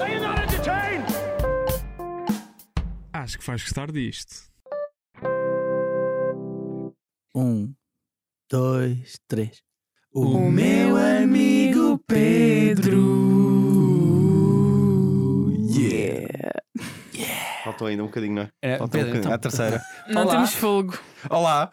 Are you not entertained? Acho que vais gostar disto. Um, dois, três. O meu amigo Pedro. Yeah. Faltou ainda um bocadinho, não é? É, Faltou um Pedro, bocadinho. então. À terceira. Não Olá. temos fogo. Olá,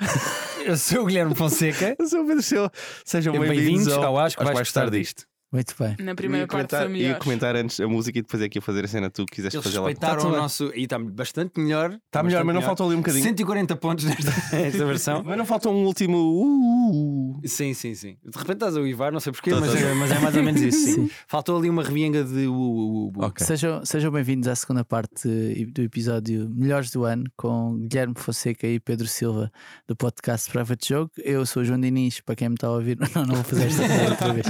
eu sou o Guilherme Fonseca. Eu sou o Pedro Silva. Sejam Bem-vindos ao Acho que Acho vais gostar disto. Muito bem. Na Eu primeira ia, parte comentar, foi melhor. ia comentar antes a música e depois é que ia fazer a cena que tu quiseste Eles fazer lá. respeitaram Está tudo o bem. nosso. E está bastante Tá melhor. Está melhor, mas não faltou ali um bocadinho. 140 pontos nesta, nesta versão. Mas não faltou um último. Uh, uh, uh. Sim, sim, sim. De repente estás a uivar, não sei porquê, Tô, mas tô. é, mas é mais ou menos isso. Sim. Faltou ali uma revienga de. u- u- u- u. Ok. Sejam, sejam bem-vindos à segunda parte eh, do episódio Melhores do Ano com Guilherme Fonseca e Pedro Silva do podcast Private Jogo. Eu sou o João Diniz, para quem me está a ouvir. Não, não vou fazer esta piada outra vez.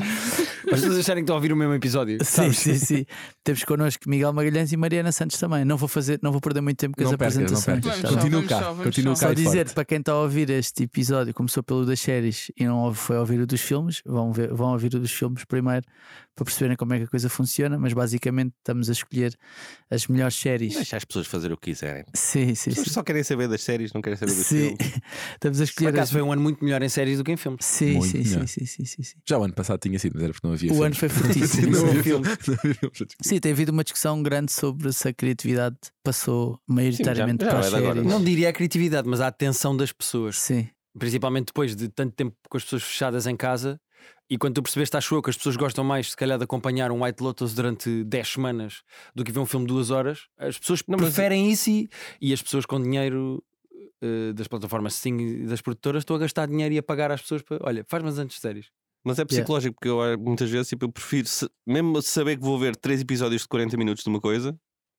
As pessoas acharem que estão a ouvir o mesmo episódio. Sim, sim, sim. Temos connosco Miguel Magalhães e Mariana Santos também. Não vou fazer, não vou perder muito tempo com as Não percas, não apresentações. percas. Tá bom? Continua vamos cá, só, vamos continua só. cá. Só e dizer forte. para quem está a ouvir este episódio, começou pelo das séries e não ouve- foi ouvir o dos filmes, vão, ver, vão ouvir o dos filmes primeiro para perceberem como é que a coisa funciona, mas basicamente estamos a escolher as melhores séries. Deixa as pessoas fazer o que quiserem. Sim, sim, As pessoas sim. só querem saber das séries, não querem saber dos Sim. filmes. Estamos a Por escolher as. acaso foi um ano muito melhor em séries do que em filmes. Sim, Muito sim, sim, melhor. sim, sim, sim, sim. Já o ano passado tinha sido, mas era porque não havia O filmes. ano foi fortíssimo. não sim. havia filmes. Não havia filmes. Sim, tem havido uma discussão grande sobre se a criatividade passou maioritariamente já para as é de agora, séries. Não diria a criatividade, mas a atenção das pessoas. Sim, Principalmente depois de tanto tempo com as pessoas fechadas em casa. E quando tu percebeste, acho eu, que as pessoas gostam mais, se calhar, de acompanhar um White Lotus durante 10 semanas do que ver um filme de duas horas, as pessoas preferem isso e, e as pessoas com dinheiro eh, das plataformas Sting e das produtoras estão a gastar dinheiro e a pagar às pessoas para. Olha, faz-me as antes de séries. Mas é psicológico, porque eu eh, muitas vezes tipo, eu prefiro, se- mesmo saber que vou ver três episódios de 40 minutos de uma coisa,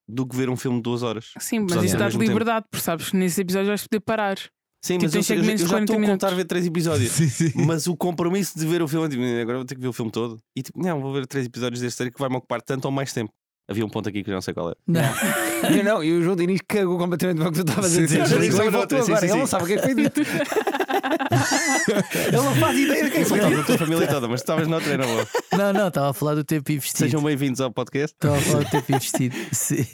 do que ver um filme de duas horas. Sim, mas Episódio isso ao dá-te mesmo tempo. liberdade, porque sabes que nesse episódio vais poder parar. Sim, Tipo, mas tem eu, sei- eu, já- segmentos eu de já 40 estou a contar minutos. ver três episódios. Sim, sim. Mas o compromisso de ver o filme, tipo, agora vou ter que ver o filme todo. E tipo, não, vou ver três episódios deste série que vai-me ocupar tanto ou mais tempo. Havia um ponto aqui que eu não sei qual é. não, não, não, e o João Diniz cagou completamente para o que tu estavas a Sim, dizer. sim, sim, Ele sim, voltou sim, sim, agora, sim. ele não sabe o que é que foi dito. ele não faz ideia do que é que foi Faltava a tua família toda, mas tu estavas na outra, não vou. não, não, estava a falar do tempo investido. Sejam bem-vindos ao podcast. Estava Tá. a falar do tempo investido. Sim.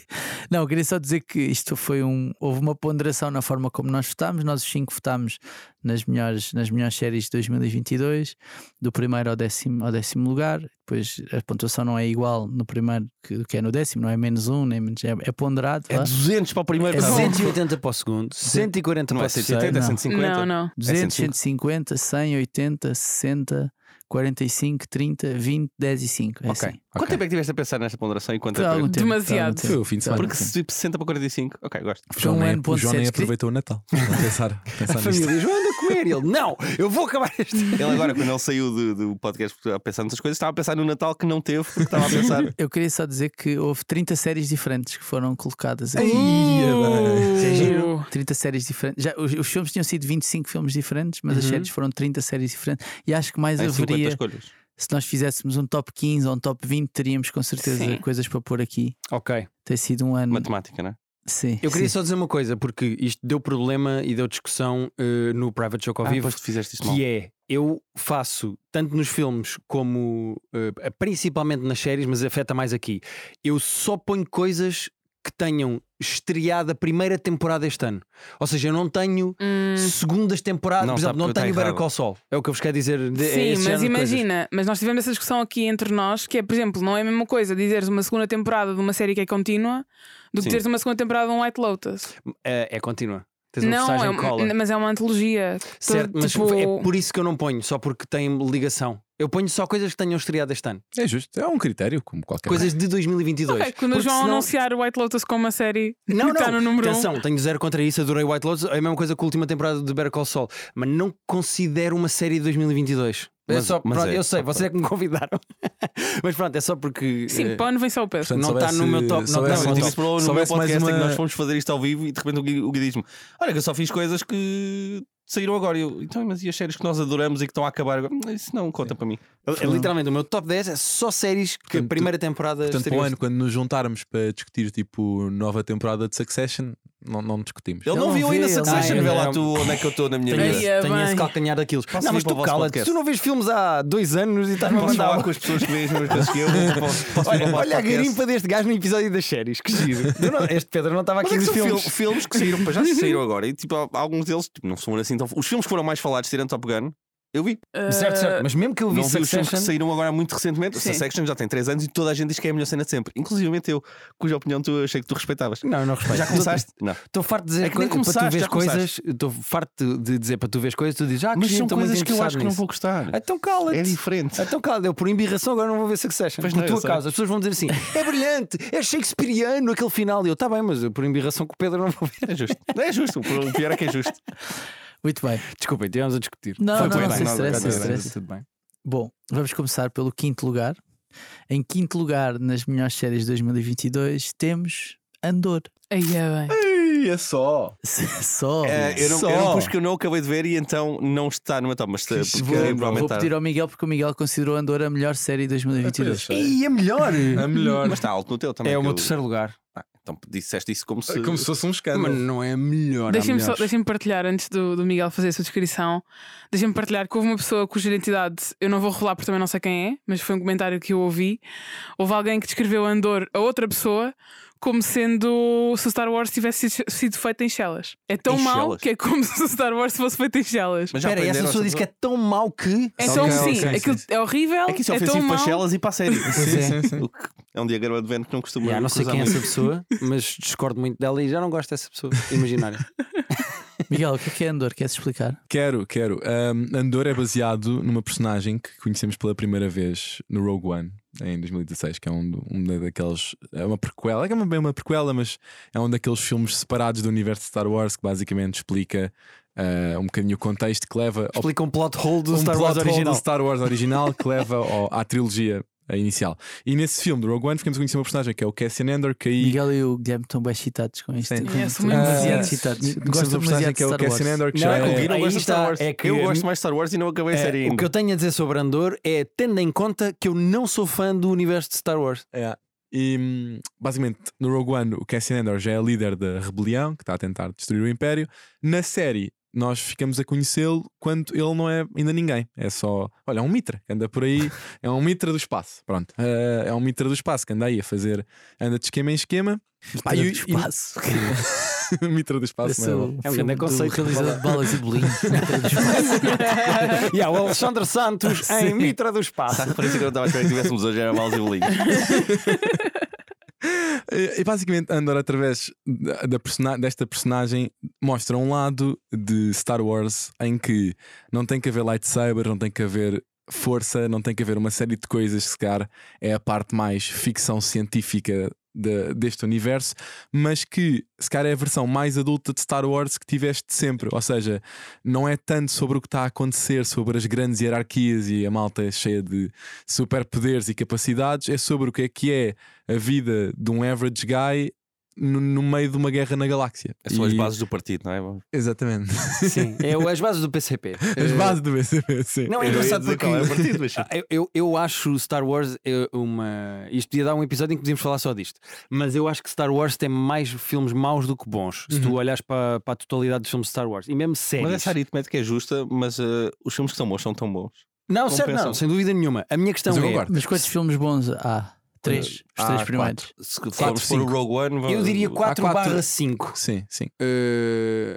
Não, eu queria só dizer que isto foi um. Houve uma ponderação na forma como nós votámos. Nós os cinco votámos nas melhores, nas melhores séries de 2022, do primeiro ao décimo, ao décimo lugar. Depois a pontuação não é igual no primeiro que, do que é no décimo, não é menos um, nem menos. É, é ponderado. É vá. 200 para o primeiro, É tá bom. 180 para o segundo, 140 Não para é o terceiro. 180, é Não. Não, 150. não. 200, 105. 150, 100, 80, 60, 45, 30, 20, 10 e 5. É Ok. assim. Quanto tempo é que tiveste a pensar nesta ponderação e quanto Foi há é algum que tempo, Demasiado. foi há Foi algum o fim de tempo. semana. Porque se tipo 60 para 45, ok, gosto. O João Foi um nem- ano ponto O João nem sete aproveitou o Natal. Vou pensar, vou A pensar nisto. família diz: anda comer. Ele, não, eu vou acabar este. Ele agora, quando ele saiu do, do podcast porque estava a pensar noutras coisas, estava a pensar no Natal que não teve, porque estava a pensar. Eu queria só dizer que houve 30 séries diferentes que foram colocadas aqui. é É Uh, 30 séries diferentes. Já, os, os filmes tinham sido 25 filmes diferentes, mas as séries foram 30 séries diferentes. E acho que mais Tem 50 haveria. escolhas. Se nós fizéssemos um top 15 ou um top 20, teríamos com certeza Sim. coisas para pôr aqui. Ok. Tem sido um hum. ano. Matemática, não é? Sim. Eu queria sim. só dizer uma coisa, porque isto deu problema e deu discussão eh, no Private Show ao Ah, vivo, depois tu fizeste isto mal. que é eu faço tanto nos filmes como eh, principalmente nas séries, mas afeta mais aqui. Eu só ponho coisas que tenham estreado a primeira temporada este ano. Ou seja, eu não tenho hum, segundas temporadas, Não, por sabe exemplo, não que eu tenho tenho Better raiva. Call Sol. É o que eu vos quero dizer. de- é Sim, esse mas género de coisas. imagina, mas nós tivemos essa discussão aqui entre nós, que é, por exemplo, não é a mesma coisa dizeres uma segunda temporada de uma série que é contínua do que Sim. teres uma segunda temporada de um White Lotus. É, é contínua. Tens uma Não, personagem é que cola. uma, mas é uma antologia. Certo, Todo mas tipo- é por isso que eu não ponho, só porque tem ligação. Eu ponho só coisas que tenham estreado este ano. É justo, é um critério, como qualquer Coisas de 2022. Ok, quando o Porque João senão- anunciar o White Lotus como uma série Não, que está não. no número 1. Atenção, tenho zero contra isso, adorei White Lotus, é a mesma coisa que a última temporada de Better Call Saul, mas não considero uma série de 2022. É Mas- só, mas pronto, é. eu sei, vocês é que me convidaram. mas pronto, é só porque Sim, eh, para o ano vem só o peso. Portanto, não está soubesse- no meu top, não está soubesse- no Eu meu tive top. esse problema no meu soubesse mais podcast em que uma- nós fomos fazer isto ao vivo e de repente o Gui, o Gui diz-me: Olha, que eu só fiz coisas que saíram agora. E eu, então, mas e as séries que nós adoramos e que estão a acabar agora? Hum, Isso não conta para mim. É literalmente o meu top 10 é só séries que Portanto, a primeira temporada Portanto, para o estariam- ano, quando nos juntarmos para discutir tipo nova temporada de Succession, não, não discutimos. Ele Ele não, não viu vê, ainda ele Succession, não vê vê. lá tu onde é que eu estou na minha Tenho, Ai, vida. esse, é tenho esse bem. calcanhar daquilo. Posso Não, ir mas para o tu vosso cala-te, podcast? tu não vês filmes há dois anos e estás-me a Posso falar mandar. com as pessoas que veem as mesmas coisas que eu? Posso- posso ir para o Olha, olha a podcast? garimpa deste gajo no episódio das séries, que giro. Eu não- este Pedro não estava Mas aqui é que nos são filmes. filmes. filmes que saíram, pá, já saíram agora. E tipo, há- há alguns deles tipo, não são assim tão. Os filmes que foram mais falados, tirando Top Gun, eu vi. Certo, Eh, certo. Mas mesmo que eu vi Ah, não vi os filmes que Succession, saíram agora muito recentemente. Sim. Succession já tem 3 anos e toda a gente diz que é a melhor cena de sempre. Inclusive eu, cuja opinião tu eu achei que tu respeitavas. não, não respeito. Já começaste? Não. Estou farto de dizer É que nem coi- para tu começaste, vês já começaste. coisas. Estou farto de dizer para tu vês coisas, tu dizes, ah, Mas giro, são estou muito coisas que eu acho interessado que não nisso. vou gostar. Então cala-te. É diferente. Então cala, eu por embirração agora não vou ver Succession. Pois por não, eu tua sei. causa, as pessoas vão dizer assim: é brilhante, é shakespeariano aquele final. E eu, tá bem, mas eu por embirração com o Pedro não vou ver. É justo. Não é justo. O pior é que é justo. Muito bem. Desculpem, estivemos a discutir. Não, Foi não, bem, não, sem bem, stress, bem, sem bem, stress. Tudo bem. Bom, vamos começar pelo quinto lugar. Em quinto lugar, nas melhores séries de 2022, temos Andor. Aí é bem. é só. Só. É, eu, não, Só. eu não pus que eu não acabei de ver e então não está numa top, mas eh, porque é Vou, vou provavelmente pedir está. ao Miguel porque o Miguel considerou Andor a melhor série de 2022. E é melhor! É melhor. Mas está alto no teu também. É Ah, o que meu eu- terceiro lugar. Ah, então disseste isso como se. Como se fosse um Mas escândalo. não é melhor. Deixem-me há só- melhores. deixem-me partilhar antes do, do Miguel fazer a sua descrição. Deixem-me partilhar que houve uma pessoa cuja identidade eu não vou revelar porque também não sei quem é, mas foi um comentário que eu ouvi. Houve alguém que descreveu Andor a outra pessoa como sendo se o Star Wars tivesse sido- sido feito em chelas. É tão Em mau chelas? que é como se o Star Wars fosse feito em chelas. Mas já Espera, e essa aprenderam Então, pessoa essa disse que é tão mau que. É Ok, tão ok, sim, sim, aquilo é horrível. É que isso é tão ofensivo para mau. as chelas e para a série. Sim, sim, sim. O que é um diagrama de Venn que não costuma. Yeah, não sei cruzar quem é muito. essa pessoa, mas discordo muito dela e já não gosto dessa pessoa imaginária. Miguel, o que é que é Andor? Queres explicar? Quero, quero. Um, Andor é baseado numa personagem que conhecemos pela primeira vez no Rogue One, em 2016, que é um, do- um da- daqueles. É uma prequela, é que é uma- bem uma prequela, mas é um daqueles filmes separados do universo de Star Wars que basicamente explica ah, um bocadinho o contexto que leva ao Explica um plot hole do um Star plot Wars hole original. do Star Wars original que leva ao- à trilogia inicial. E nesse filme do Rogue One ficamos a conhecer uma personagem que é o Cassian Andor, que aí Miguel e o Guilherme estão bem excitados com isto. Sim. Ah, É, sou muito demasiado demasiado. excitados. conhecemos Gostam uma personagem demasiado que de é o Star Cassian Wars. Andor, que Não, já é é, que Eu o não Aí gosto de Star está, Wars. é que- eu gosto mais de Star Wars e não acabei a É, série ainda. o que eu tenho a dizer sobre Andor é tendo em conta que eu não sou fã do universo de Star Wars. É. E hum, basicamente no Rogue One o Cassian Andor já é líder da rebelião que está a tentar destruir o Império. Na série nós ficamos a conhecê-lo quando ele não é ainda ninguém. É só, olha, é um mitra que anda por aí, é um mitra do espaço. Pronto, Eh, é um mitra do espaço que anda aí a fazer, anda de esquema em esquema. Pá, Mitra e- do espaço. E, mitra do espaço, não Esse é bom. É um filme grande do conceito. Realizador de balas e bolinhos. Mitra do espaço. e há o Alexandre Santos em Mitra do Espaço. Está a referência que eu não estava a esperar que tivéssemos hoje era Maus e Bolinhos. E e basicamente Andor, através da, da persona- desta personagem, mostra um lado de Star Wars em que não tem que haver lightsaber, não tem que haver força, não tem que haver uma série de coisas que se calhar é a parte mais ficção científica da- deste universo, mas que se calhar é a versão mais adulta de Star Wars que tiveste sempre. Ou seja, não é tanto sobre o que está a acontecer, sobre as grandes hierarquias e a malta cheia de superpoderes e capacidades, é sobre o que é que é a vida de um average guy no, no meio de uma guerra na galáxia. São É as E- bases do partido, não é? Exatamente. Sim, é o- as bases do PCP. As bases do BCP, sim. Eh, Não, Eu é ia engraçado dizer porque. Ah, qual é o partido, mas sim. Eu, eu, eu acho Star Wars eh, uma. Isto podia dar um episódio em que podíamos falar só disto. Mas eu acho que Star Wars tem mais filmes maus do que bons. Se tu olhares para, para a totalidade dos filmes de Star Wars. E mesmo séries. Mas essa aritmética é justa, mas eh, os filmes que são bons são tão bons. Não, certo, compensam. não, sem dúvida nenhuma. A minha questão Mas eu é. concordo. Mas quantos filmes bons há? Três. Os três Há primeiros. Se formos por o cinco. Rogue One, vamos- Eu diria há 4 quatro- barra 5. Sim, sim.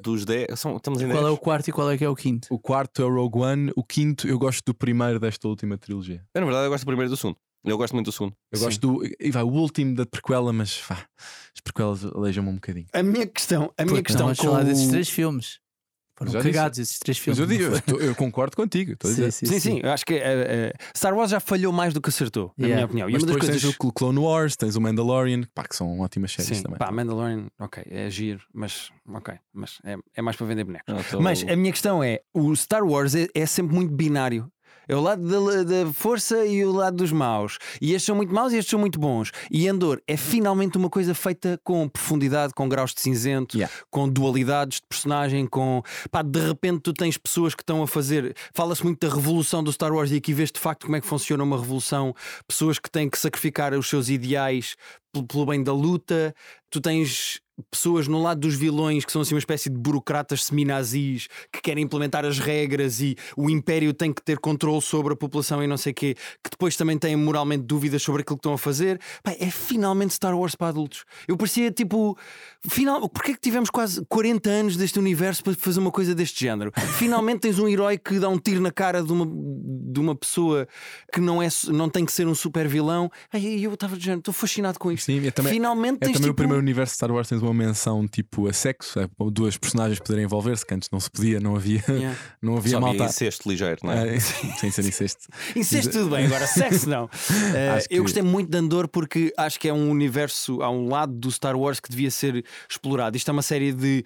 dos 10. São, estamos em 10. Qual é o quarto e qual é que é o quinto? Eh, O quarto é o Rogue One, o quinto eu gosto do primeiro desta última trilogia. Eu, na verdade, eu gosto do primeiro e do segundo. Eu gosto muito do segundo. Eu Sim. gosto do. E vai, o último da prequela, mas vá, as prequelas aleijam-me um bocadinho. A minha questão, a minha Puta, questão vamos com falar o- desses três filmes. Foram Já disse. cagados esses três Mas filmes. eu, digo, não eu, foi? estou- eu concordo contigo. Estou a Sim, dizer. sim, Sim, sim. sim, eu acho que eh, eh, Star Wars já falhou mais do que acertou, na Yeah. minha opinião. E Mas uma das depois coisas. tens o Clone Wars, tens o Mandalorian, pá, que são ótimas séries Sim, também. pá, Mandalorian, ok, é giro, mas ok, Ah, mas é, é mais para vender bonecos. Não, tô- Mas a minha questão é: o Star Wars é, é sempre muito binário. É o lado da, da força e o lado dos maus. E estes são muito maus e estes são muito bons. E Andor é finalmente uma coisa feita com profundidade, com graus de cinzento, Yeah. com dualidades de personagem, com. Pá, de repente tu tens pessoas que estão a fazer. Fala-se muito da revolução do Star Wars e aqui vês de facto como é que funciona uma revolução. Pessoas que têm que sacrificar os seus ideais pelo- pelo bem da luta. Tu tens pessoas no lado dos vilões que são assim uma espécie de burocratas seminazis que querem implementar as regras e o império tem que ter controle sobre a população e não sei quê, que depois também têm moralmente dúvidas sobre aquilo que estão a fazer. Pá, é finalmente Star Wars para adultos. Eu parecia tipo, final, porque é que tivemos quase 40 anos deste universo para fazer uma coisa deste género? Finalmente tens um herói que dá um tiro na cara de uma, de uma pessoa que não é, su- não tem que ser um super vilão. Ai, eu estava dizendo, estou fascinado com isto. Sim, eu também- finalmente É tens também o tipo, primeiro universo de Star Wars tens uma menção tipo a sexo, a duas personagens poderem envolver-se, que antes não se podia, não havia, Yeah. não havia Só malta. havia incesto ligeiro, não Ah, é? sem ser incesto. Incesto tudo bem, agora sexo não. Eh, Acho que- Eu gostei muito de Andor porque acho que é um universo, há um lado do Star Wars que devia ser explorado. Isto é uma série de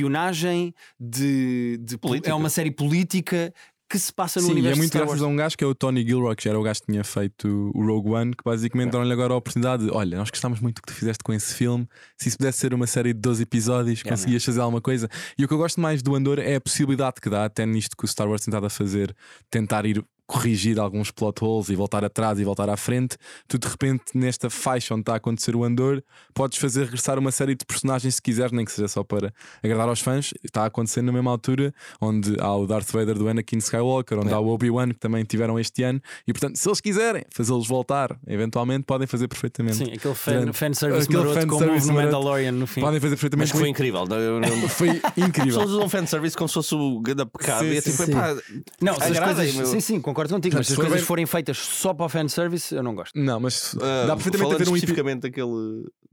espionagem, de, de Política. é uma série política que se passa no Sim, e é universo muito de Star graças Wars. a um gajo que é o Tony Gilroy, que já era o gajo que tinha feito o Rogue One, que basicamente deram-lhe agora a oportunidade de: olha, nós gostámos muito do que tu fizeste com esse filme. Se isso pudesse ser uma série de 12 episódios, Yeah, conseguias fazer alguma coisa. E o que eu gosto mais do Andor é a possibilidade que dá, até nisto que o Star Wars tentado a fazer, tentar ir corrigir alguns plot holes e voltar atrás e voltar à frente. Tu de repente, nesta faixa onde está a acontecer o Andor, podes fazer regressar uma série de personagens se quiseres, nem que seja só para agradar aos fãs. Está a acontecer na mesma altura onde há o Darth Vader do Anakin Skywalker, onde há o Obi-Wan que também tiveram este ano. E portanto, se eles quiserem fazê-los voltar, eventualmente podem fazer perfeitamente. Sim, aquele fan, Durante- fanservice aquele maroto como fanservice houve no maroto. Mandalorian no fim. Podem fazer Mas perfeitamente. foi incrível. não- eu- eu- Foi As incrível. pessoas usam fanservice como se fosse o grande pecado. Sim, e é sim, tipo, sim. pá, Não, se as Agradem-me. coisas, sim, sim, concordo contigo, mas se as Foi coisas bem- forem feitas só para o fanservice, eu não gosto. Não, mas ah, dá perfeitamente a falando ver um epi- especificamente daquele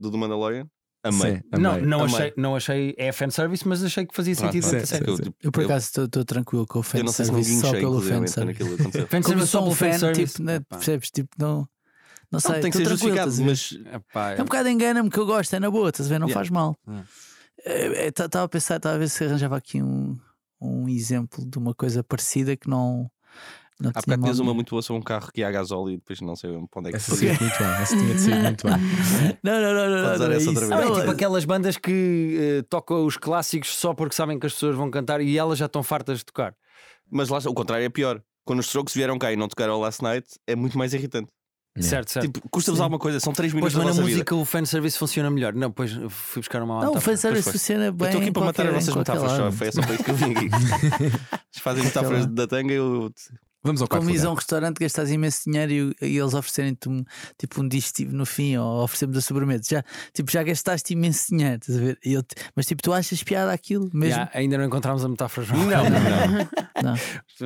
do, do Mandalorian. Amei. Sim, Não, amei. não Amei. achei, não achei, é fanservice, mas achei que fazia Pronto, sentido. pronto. dentro da série. Eu, sim. tipo, Eu por eu- acaso estou tranquilo com o eu não sei se me fanservice só guinchei, pelo inclusivamente, quando fanservice. aquilo aconteceu. Como eu Fanservice só sou um pelo fan, fanservice. tipo, né, Pá. percebes? Tipo, não, não sei. Não, tem que tô ser tranquilo, justificado, estás a ver? mas Epá, É um bocado engana-me que eu gosto, é na boa, estás a ver? Não faz mal. Eh, Yeah. Estava a pensar, estava a ver se arranjava aqui um, um exemplo de uma coisa parecida que não. não há tinha bocado tinhas mal uma nenhum. muito boa sobre um carro que ia a gasóleo e depois não sei para onde é que Essa foi. tinha muito bem, essa tinha de sair muito bem. Não, não, não, não. não, Podes não dar é essa outra isso. vez. Ah, Não, é tipo aquelas bandas que eh, tocam os clássicos só porque sabem que as pessoas vão cantar e elas já estão fartas de tocar. Mas lá está, o contrário é pior. Quando os strokes vieram cá e não tocaram Last Night, é muito mais irritante. Yeah. Certo, certo. Tipo, custa-vos alguma coisa, são 3 pois, minutos mas da na vossa música o fanservice funciona melhor. Não, pois fui buscar uma não, o metáfora. pois fanservice foi. funciona vida. Eu bem. estou aqui para em matar as qualquer- em vossas qualquer metáforas, só. lado. foi só para isso que eu vim aqui. Vocês fazem metáforas lado. da tanga, eu Vamos ao quarto Como ires a um lugar. restaurante, gastas imenso dinheiro e, o- e eles oferecerem-te um, tipo um digestivo no fim ou oferecemos a sobremesa. Já, tipo, já gastaste imenso dinheiro, estás a ver? E eu te- mas tipo, tu achas piada aquilo mesmo? Yeah, ainda não encontramos a metáfora. Não, não. Não.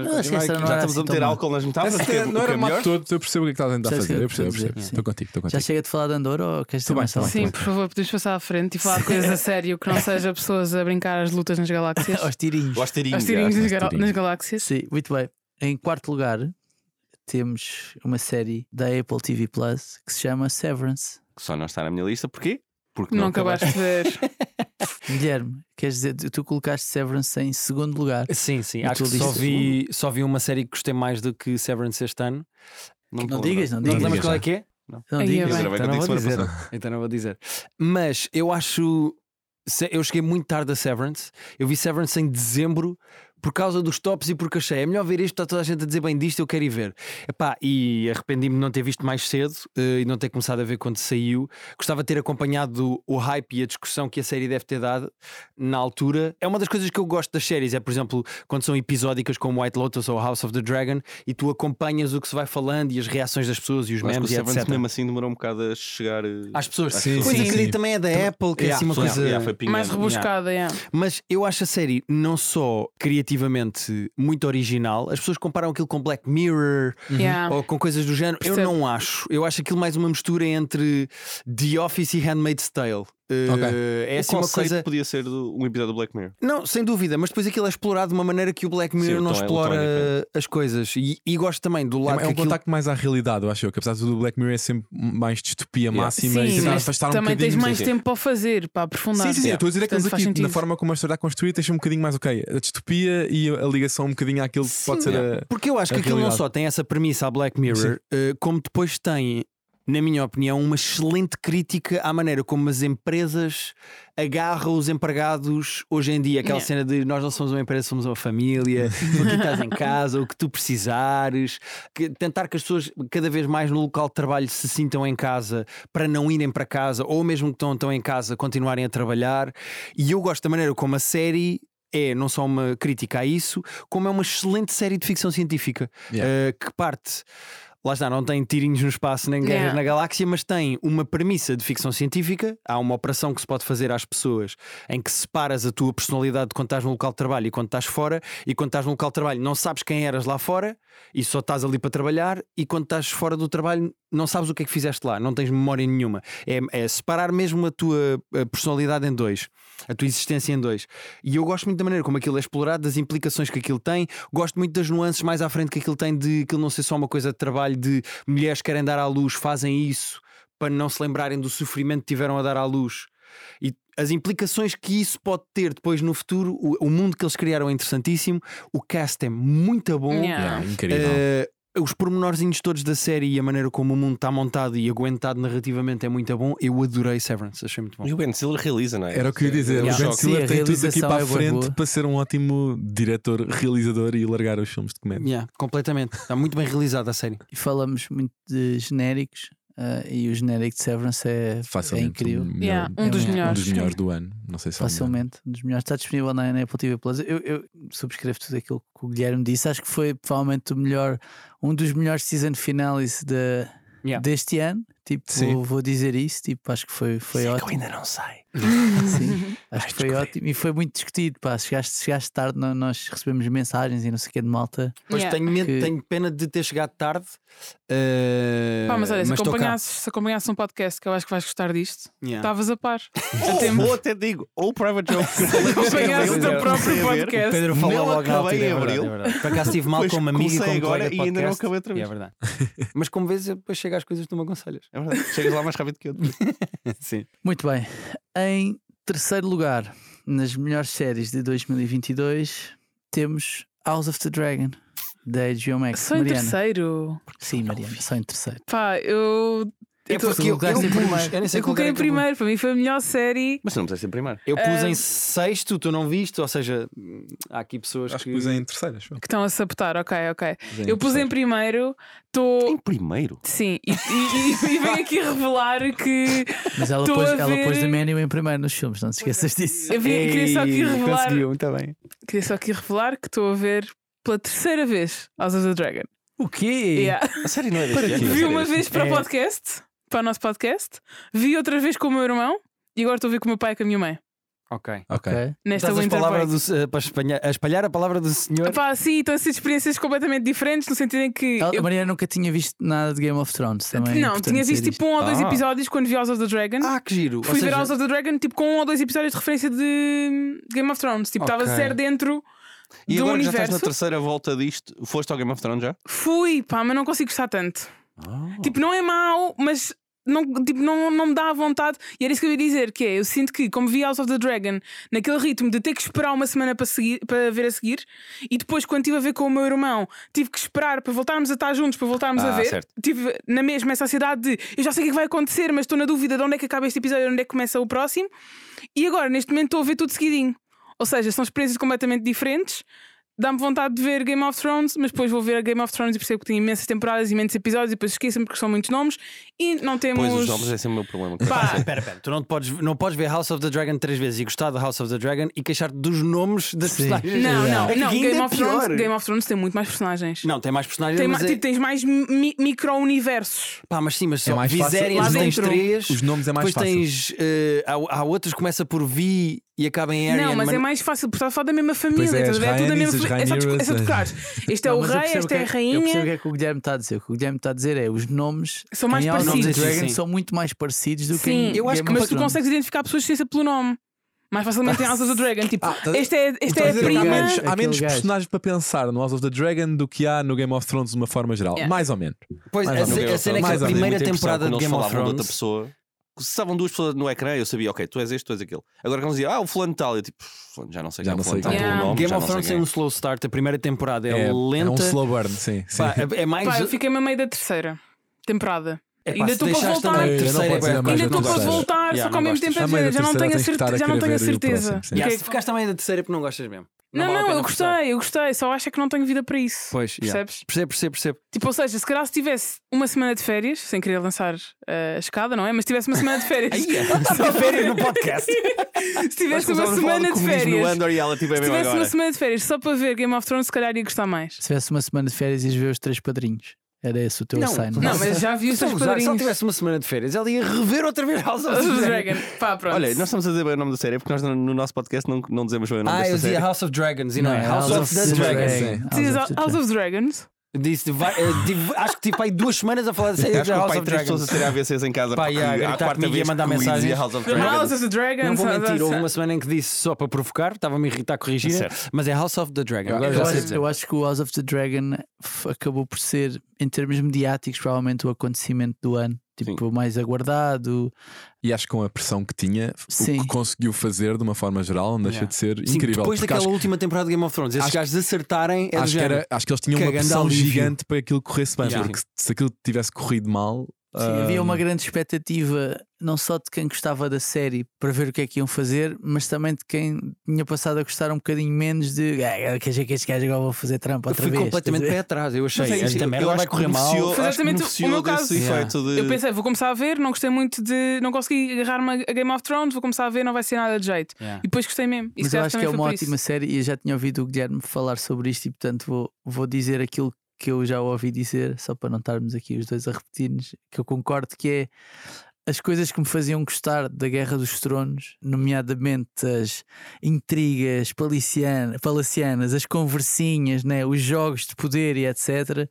Não, acho que essa não era Já estamos a assim tão meter má. álcool nas metáforas, Essa que é- não o que era é mal melhor. todo, eu percebo o que é que estás a tentar Percebes o que fazer. Eu eu percebo, eu estou a percebo. dizer? Estou contigo, estou Já contigo. chega de falar de Andorra ou queres Tudo ter bem, mais Tá tudo falar? bem. Sim, por favor, podemos passar à frente e falar coisas a sério que não seja pessoas a brincar as lutas nas galáxias. Aos tirinhos. O asterinho. Aos tirinhos nas, aos gal- tirinhos. nas galáxias. Sim, muito bem. Em quarto lugar, temos uma série da Apple TV Plus que se chama Severance. que só não está na minha lista, porquê? Porque Não acabaste de ver. Guilherme, queres dizer, tu colocaste Severance em segundo lugar? Sim, sim. Na Acho tua que só lista. vi, só vi uma série que gostei mais do que Severance este ano. me Não lembro. digas, não Não digas. te lembras digas, qual é já. que é? Não Aí é Eu digas. bem. gravei Então não contigo vou semana dizer. passada. Então não vou dizer. Mas eu acho. se- Eu cheguei muito tarde a Severance. Eu vi Severance em dezembro por causa dos tops e porque achei é melhor ver isto. Está toda a gente a dizer bem disto. Eu quero ir ver. Epá, e arrependi-me de não ter visto mais cedo eh, e não ter começado a ver quando saiu. Gostava de ter acompanhado o hype e a discussão que a série deve ter dado na altura. É uma das coisas que eu gosto das séries. É, por exemplo, quando são episódicas como White Lotus ou House of the Dragon e tu acompanhas o que se vai falando e as reações das pessoas e os Eu Acho que o memes e Severance etc. mesmo assim demorou um bocado a chegar. eh, Às pessoas. Sim, pois sim, acredito sim. também é da Apple, que é assim uma foi- coisa. yeah, foi pingando. Mais rebuscada, é. Mas eu acho a série não só criativamente muito original, as pessoas comparam aquilo com Black Mirror Yeah. ou com coisas do género. Eu Percebo. não acho. Eu acho aquilo mais uma mistura entre The Office e Handmaid's Tale. Eh, Uh, Ok. É assim o uma conceito coisa. podia ser do- um episódio do Black Mirror. Não, sem dúvida, mas depois aquilo é explorado de uma maneira que o Black Mirror Sim, o não tom é- o tom é explora diferente. as coisas. E, e gosto também do lado É, é um que aquilo- contacto mais à realidade, eu acho eu. Que apesar de tudo, o Black Mirror é sempre mais distopia Yeah. máxima e Sim, tentar mas afastar um também tens bocadinho. mais sim. tempo para o fazer, para aprofundar. Sim, sim, sim. Eu Yeah. Estou a dizer é que Portanto, eles faz aqui, na sentido. forma como a história está construída, deixa um bocadinho mais ok. A distopia e a ligação um bocadinho àquilo que pode Sim, ser a. Porque eu acho a que aquilo não realidade. só tem essa premissa à Black Sim. Mirror, eh, como depois tem, na minha opinião, uma excelente crítica à maneira como as empresas agarram os empregados hoje em dia. Aquela Yeah. cena de nós não somos uma empresa, somos uma família, tu aqui estás em casa, o que tu precisares. Que- tentar que as pessoas cada vez mais no local de trabalho se sintam em casa para não irem para casa, ou mesmo que estão, estão em casa, continuarem a trabalhar. E eu gosto da maneira como a série é não só uma crítica a isso, como é uma excelente série de ficção científica Yeah. eh, que parte. Lá está, não tem tirinhos no espaço nem guerras Yeah. na galáxia, mas tem uma premissa de ficção científica. Há uma operação que se pode fazer às pessoas em que separas a tua personalidade de quando estás no local de trabalho e quando estás fora. E quando estás no local de trabalho não sabes quem eras lá fora e só estás ali para trabalhar. E quando estás fora do trabalho não sabes o que é que fizeste lá, não tens memória nenhuma. É, é separar mesmo a tua eh, personalidade em dois, a tua existência em dois. E eu gosto muito da maneira como aquilo é explorado, das implicações que aquilo tem, gosto muito das nuances mais à frente que aquilo tem de aquilo não ser só uma coisa de trabalho de mulheres que querem dar à luz, fazem isso para não se lembrarem do sofrimento que tiveram a dar à luz. E as implicações que isso pode ter depois no futuro, o, o mundo que eles criaram é interessantíssimo, o cast é muito bom. Yeah. Yeah, incrível. Eh, os pormenorzinhos todos da série e a maneira como o mundo está montado e aguentado narrativamente é muito bom. Eu adorei Severance, achei muito bom. E o Ben Stiller realiza, não é? Era o que eu ia dizer. É um O Ben choque. Stiller Sim, a tem tudo aqui realização para é a boa, frente boa. para ser um ótimo diretor, realizador e largar os filmes de comédia. Yeah, completamente. Está muito bem realizada a série. E falamos muito de genéricos ah, e o genérico de Severance é, é Facilmente. incrível. o melhor- Yeah, um É dos um- um Um melhores. dos melhores do ano. Não sei se é o melhor. Facilmente, um dos melhores. Está disponível na, na Apple TV Plus. Eu, eu subscrevo tudo aquilo que o Guilherme disse. Acho que foi provavelmente o melhor, um dos melhores season finales de, Yeah. deste ano. Tipo, Sim. vou, vou dizer isso. Tipo, acho que foi, foi ótimo. ainda não sei. Sim, acho que foi descobrir. ótimo. E foi muito discutido. Pá. Chegaste, chegaste tarde, no- nós recebemos mensagens e não sei o que de malta. Pois Yeah. tenho, medo- Que- tenho pena de ter chegado tarde. eh, Pá, mas olha, se estou cá. acompanhasses, se acompanhasses um podcast que eu acho que vais gostar disto, Yeah. estavas a par. Ou, ou até digo, ou o Private Joke. Acompanhaste o teu próprio O podcast. Pedro falou Não logo na acabei altura, em é verdade, abril. é verdade. Por acaso estive mal Pois com uma amiga e com comecei um colega agora de e ainda não podcast, acabei outra e É vez. verdade. Mas como vês, eu depois chega às coisas de uma conselhas. É verdade. Chegas lá mais rápido que eu. Sim. Muito bem. Em terceiro lugar, nas melhores séries de 2022, temos House of the Dragon, da HBO Max. Só em Mariana. terceiro. Sim, Mariana, só em terceiro. Pá, eu. É Eu tô- porque eu, eu, colocaste em primeiro. pus, eu nem sei Eu qual coloquei era em que é eu pus. primeiro, para mim foi a melhor série. Mas não precisas ser primeiro. Eu pus Ah. em sexto, tu não viste, ou seja, hum, há aqui pessoas Acho que. que pus em terceiro, acho eu. Que estão a sabotar, ok, ok. Pus em Eu pus em terceiro. primeiro, estou. Em primeiro? Sim, e, e, e- e venho aqui revelar que Mas ela Tô pôs, a ela pôs ver- é. The Menu em primeiro nos filmes, não te esqueças disso. eu vim- queria só aqui Ei, revelar. Conseguiu, muito bem. Queria só aqui revelar que estou a ver pela terceira vez House of the Dragon. O quê? Yeah. A série não é deste ano, a Vi série uma é vez para o É. podcast, para o nosso podcast, vi outra vez com o meu irmão e agora estou a ver com o meu pai e com a minha mãe. Ok. Ok. Ok. Nesta Estás a, Winter palavra Break. do, eh, para espalhar, a espalhar a palavra do senhor. Pá, sim, estão a ser experiências completamente diferentes, no sentido em que. Ela- eu- A Mariana nunca tinha visto nada de Game of Thrones Tá, também. é não, importante tinha dizer visto isto. tipo um ou dois Ah. episódios quando vi House of the Dragon. Ah, que giro. Ou Fui ver seja, House of the Dragon tipo com um ou dois episódios de referência de de Game of Thrones. Tipo, estava Ok. a ser dentro E do agora que já universo. estás na terceira volta disto, foste ao Game of Thrones já? Fui, pá, mas não consigo gostar tanto. Uhum. Tipo, não é mau, mas não, tipo, não, não me dá a vontade. E era isso que eu ia dizer: que é, eu sinto que, como vi House of the Dragon, naquele ritmo de ter que esperar uma semana para, seguir, para ver a seguir, e depois, quando estive a ver com o meu irmão, tive que esperar para voltarmos a estar juntos, para voltarmos a Ah, ver. certo. Tive na mesma essa ansiedade de eu já sei o que é que vai acontecer, mas estou na dúvida de onde é que acaba este episódio e onde é que começa o próximo. E agora, neste momento, estou a ver tudo seguidinho. Ou seja, são experiências completamente diferentes. Dá-me vontade de ver Game of Thrones, mas depois vou ver a Game of Thrones e percebo que tem imensas temporadas, imensos episódios, e depois esqueço-me porque são muitos nomes e não temos. Pois os nomes, esse é o meu problema. Pá, Espera, espera, tu não podes, não podes ver House of the Dragon três vezes e gostar de House of the Dragon e queixar-te dos nomes das Sim. personagens. não, assim. não, É que não. ainda Game, é of pior. Thrones, Game of Thrones tem muito mais personagens. Não, tem mais personagens, Tem ma- mas, é- tipo, tens mais mi- micro-universos. pá, mas sim, mas só mais fácil. Viserys Lá tens dentro. três. Os nomes é mais Depois fácil. tens. eh, há, há outros que começa por Vi e acaba em Aryan. Não, mas man- é mais fácil, porque está a falar da mesma família, Pois é, estás as a ver? É tudo a rainhas, mesma as família. É só, discu- é só rainheiras, trocar. Este é o Não, mas eu rei, percebo esta o que é a Eu percebo o rainha. que é que o Guilherme está a dizer. O que o Guilherme está a dizer é os nomes São em mais House of the parecidos. Dragon Sim. são muito mais parecidos do que Sim, em Eu acho Game of que- Mas tu Thrones. consegues identificar pessoas sem ser pelo nome. Mais facilmente em House of the Dragon. Tipo, Ah, tá- esta é, esta Então, é quer a dizer, há prima. menos, há Aquele menos gajo. personagens para pensar no House of the Dragon do que há no Game of Thrones de uma forma geral. Yeah. Mais ou menos. Pois, Mais a ou ce- menos. a cena é Mais ou que a menos. primeira Muita impressão temporada quando de eles Game of falavam de outra Thrones. pessoa. Se estavam duas pessoas no ecrã, eu sabia, ok, tu és este, tu és aquele. Agora quando eles diziam, ah, o fulano tal, eu tipo, fulano, já não sei Já quem é o não sei fulano tal, quem é. pelo nome, Game já não of sei Thrones quem tem é. um slow start. A primeira temporada é, um lenta. slow burn, sim. sim. Pá, é- é mais. Pá, eu fiquei mesmo a meio da terceira temporada. É pá, ainda se estou para deixaste voltar. a Eu não terceira posso é dizer bué mais, Ainda coisa, eu não estou para gostas. voltar, Yeah, só que ao não mesmo gostas. tempo a A meio da dizer, já não terceira tenho a tem que estar a certeza. Já não querer tenho a ver o certeza. próximo, sim. O que é Yeah, que se ficaste a meio da terceira é porque não gostas mesmo. Não, vale a não, pena eu forçar. gostei, eu gostei, só acho é que não tenho vida para isso. Pois, yeah. Percebes? percebo, percebo, percebo. Tipo, ou seja, se calhar se tivesse uma semana de férias, sem querer lançar eh, a escada, não é? Mas se tivesse uma semana de férias. Só tá, férias no podcast. se tivesse uma semana de férias. tipo, é Se tivesse uma semana de férias só para ver Game of Thrones, se calhar ia gostar mais. Se tivesse uma semana de férias, ias ver os três padrinhos. Era esse o teu Não, assign. Não, mas já vi os Se seus ela padrinhos. tivesse uma semana de férias, ela ia rever outra vez House of Os the Dragon. Dragon. Pá, pronto. Olha, nós estamos a dizer bem o nome da série, porque nós no- no nosso podcast não, não dizemos bem o nome Ah, eu desta série. dizia House of Dragons e não, é House, of, the Dragon. Dragons. É, Dragon. Dizes House of the House Dragon. of Dragons. Disse, vai- eh, tive- acho que tipo aí duas semanas a falar da série Acho de que o House pai of três pessoas a Dragons. terem AVCs em casa Pá, porque e a a gritar quarta comigo e a vez mandar que o Wii mensagens. dizia House of House Dragons. of the Dragons. Não vou mentir, houve uma House- semana em que disse só para provocar, estava-me a irritar a corrigir, Certo. mas é House of the Dragon. Agora Eu já acho- sei dizer. Então, eu acho que o House of the Dragon f- acabou por ser, em termos mediáticos, provavelmente o acontecimento do ano. Tipo, mais aguardado. E acho que com a pressão que tinha, Sim. o que conseguiu fazer de uma forma geral não deixa Yeah. de ser Sim, incrível. Depois porque daquela acho, última temporada de Game of Thrones, esses Acho- gajos acertarem é do acho que género. era- acho que eles tinham Que uma grande pressão alívio. gigante para aquilo corresse bem, Yeah. porque se- se aquilo tivesse corrido mal. Sim, ah, havia uma grande expectativa, não só de quem gostava da série para ver o que é que iam fazer, mas também de quem tinha passado a gostar um bocadinho menos de ah, quer dizer que estes gajos agora vão fazer trampa Eu outra fui vez. completamente estás pé a ver? atrás. Eu achei, Não sei, esta eu merda acho vai que correr mal. beneficiou- Foi acho que exatamente o beneficiou meu desse caso. efeito de- Eu pensei, vou começar a ver, não gostei muito de. Não consegui agarrar-me a Game of Thrones, vou começar a ver, não vai ser nada de jeito. Yeah. E depois gostei mesmo. Mas Isso eu já acho que também é foi uma por isso. ótima série e eu já tinha ouvido o Guilherme falar sobre isto e portanto vou, vou dizer aquilo que eu já ouvi dizer, só para não estarmos aqui os dois a repetir-nos, que eu concordo que é as coisas que me faziam gostar da Guerra dos Tronos, nomeadamente as intrigas paliciana- palacianas, as conversinhas, né, os jogos de poder e etc.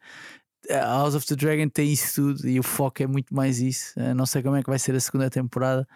A House of the Dragon tem isso tudo e o foco é muito mais isso. Eu não sei como é que vai ser a segunda temporada.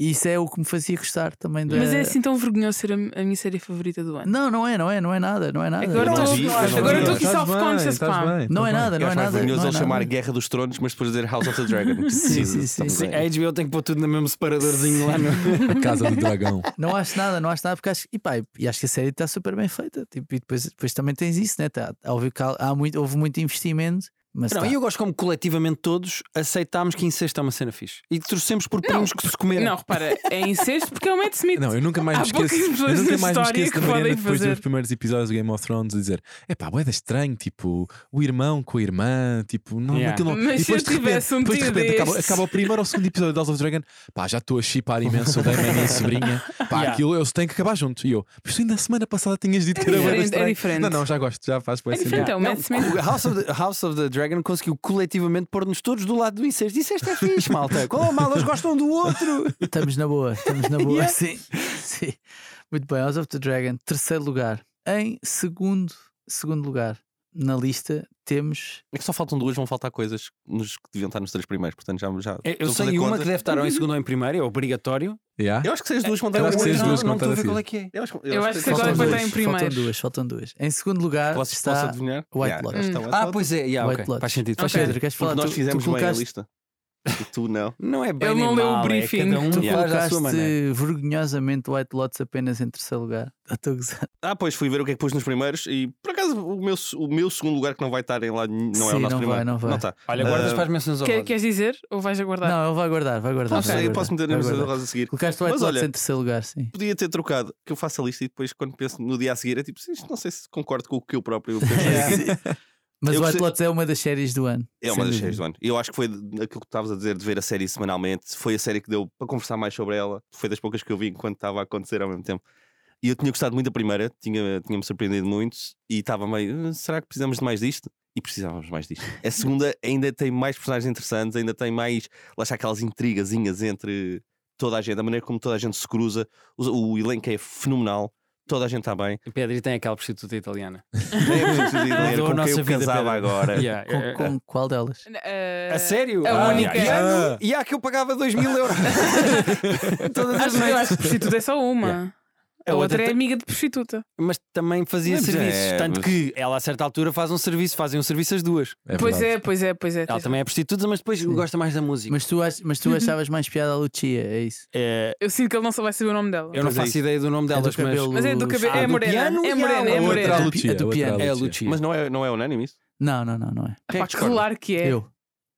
E isso é o que me fazia gostar também da. Mas é assim tão vergonhoso ser a, a minha série favorita do ano. Não, não é, não é, não é nada, não é nada. Agora Eu não estou- vi, eu não agora vi. estou aqui Estás bem, self-conscious, estás pá. bem, Não é estás bem. nada, Eu não é acho mais nada. vergonhoso não é eles nada. chamar Guerra dos Tronos, mas depois dizer House of the Dragon. Sim, sim, sim, sim. A HBO tem que pôr tudo no mesmo separadorzinho lá no. Casa do Dragão. Não acho nada, não acho nada, porque acho, e pá, e acho que a série está super bem feita. Tipo, e depois, depois também tens isso, né? Tá, óbvio que há, há muito, houve muito investimento, mas Não, tá. e eu gosto como coletivamente todos aceitámos que incesto é uma cena fixe. E trouxemos por primos que se comeram. Não, repara, é incesto porque é o Matt Smith. Não, eu nunca mais Há me esqueço. poucas Eu pessoas nunca na mais me história esqueço da que podem Mariana depois fazer. dos primeiros episódios do Game of Thrones a dizer: é pá, é estranho, tipo, o irmão com a irmã, tipo, não, Yeah. aquilo não. Mas e se eu depois de repente, tivesse um depois de tio repente acaba, destes. acaba o primeiro ou o segundo episódio de House of Dragon, pá, já estou a chipar imenso o Damon e a sobrinha, pá, Yeah. aquilo eles têm que acabar junto. E eu, mas tu ainda a semana passada tinhas dito que era bué diferente, é estranho." diferente. Não, não, já gosto, já faz É poesia. diferente, é o Não, Matt Smith. o House of, the, House of the Dragon conseguiu coletivamente pôr-nos todos do lado do incesto. Incesto é fixe, malta. Qual é o mal? Eles gostam do outro. Estamos na boa, estamos na boa. sim, sim. Muito bem, House of the Dragon, terceiro lugar. Em segundo, segundo lugar na lista temos. É que só faltam duas, vão faltar coisas nos que deviam estar nos três primeiros, portanto já. já Eu, estou a fazer sei uma contas. que deve estar ou em segundo ou em primeiro, é obrigatório. Yeah? Eu acho que sei as duas vão estar Eu em acho que sei as primeiro. duas não, não contas estou a ver assim. qual é que é. Eu acho, Eu acho que sei agora Faltam as vai duas. estar em primeiro. faltam duas, faltam duas. Em segundo lugar Posso, posso está. adivinhar? White Yeah, Lotus. acho que está White Ah, Lotus. pois é. Yeah, White ok. Lotus. Faz sentido. Ok. Faz sentido. Pedro, queres falar Porque nós tu- tu fizemos bem a colocaste- lista. E tu não. Não é bem Ele não nem leu o mal, é briefing. cada um Tu faz à sua maneira. colocaste vergonhosamente White Lotus apenas em terceiro lugar. Estou a gozar. Ah, pois fui ver o que é que pus nos primeiros e por acaso o meu, o meu segundo lugar que não vai estar em lado nenhum, não é Sim, o nosso não vai, primeiro. não vai. está. Olha, guardas Ah, para as menções Quer- honrosas. é- Queres dizer? Ou vais aguardar? Não, ele vai guardar, vai guardar. não sei, vai eu guardar, posso meter na vai mesa guardar. rosa a seguir. Colocaste White Mas Lotus olha- em terceiro lugar, sim. Podia ter trocado, que eu faço a lista e depois quando penso no dia a seguir é tipo, isto não sei se concordo com o que eu próprio pensei. É, Mas Eu White gostei- Lotus é uma das séries do ano. É uma sem das dúvida. séries do ano. E eu acho que foi de- aquilo que tu estavas a dizer de ver a série semanalmente. Foi a série que deu para conversar mais sobre ela. Foi das poucas que eu vi enquanto estava a acontecer ao mesmo tempo. E eu tinha gostado muito da primeira, tinha- tinha-me surpreendido muito e estava meio, "Ah, será que precisamos de mais disto? E precisávamos de mais disto. A segunda ainda tem mais personagens interessantes, ainda tem mais, lá está aquelas intrigazinhas entre toda a gente, a maneira como toda a gente se cruza, o, o elenco é fenomenal, toda a gente está bem. é? E Pedro, e tem aquela prostituta italiana. Nem é preciso dizer Mudou a com nossa quem eu vida, Pedro. casava agora. Yeah, Com, é- é- com qual delas? Eh, A sério? A Ah, única. E há e há que eu pagava 2 mil euros. Todas as Acho que eu noites. acho que prostituta é só uma. A A outra outra é tem- amiga de prostituta. Mas também fazia Mas é, serviços. Tanto mas- que ela, a certa altura, faz um serviço, fazem um serviço as duas. pois verdade. é, pois é, pois é. Ela tens também é prostituta, mas depois gosta mais da música. Mas tu, ach- Uhum. mas tu achavas mais piada a Lucia, é isso? É, razão. Eu sinto que ele não só vai saber o nome dela. eu não Pois é faço isso. ideia do nome delas, do cabelo. mas. Mas é do cabelo. Ah, é do morena. piano e é há morena, é outra Outra a morena. Lucia, É do outra piano. É a Lucia. Mas não é, não é unânime isso? Não, não, não, não é. Pá, claro que é. Eu.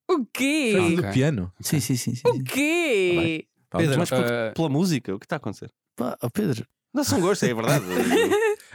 O quê? Não, Ah, Do Ok. piano? Sim, sim, sim. sim, O sim. quê? Tá Pedro, bem. Mas por- Ah. eh, Pela música, o que está a acontecer? Pá, ó, Pedro, Não são gostos, é verdade.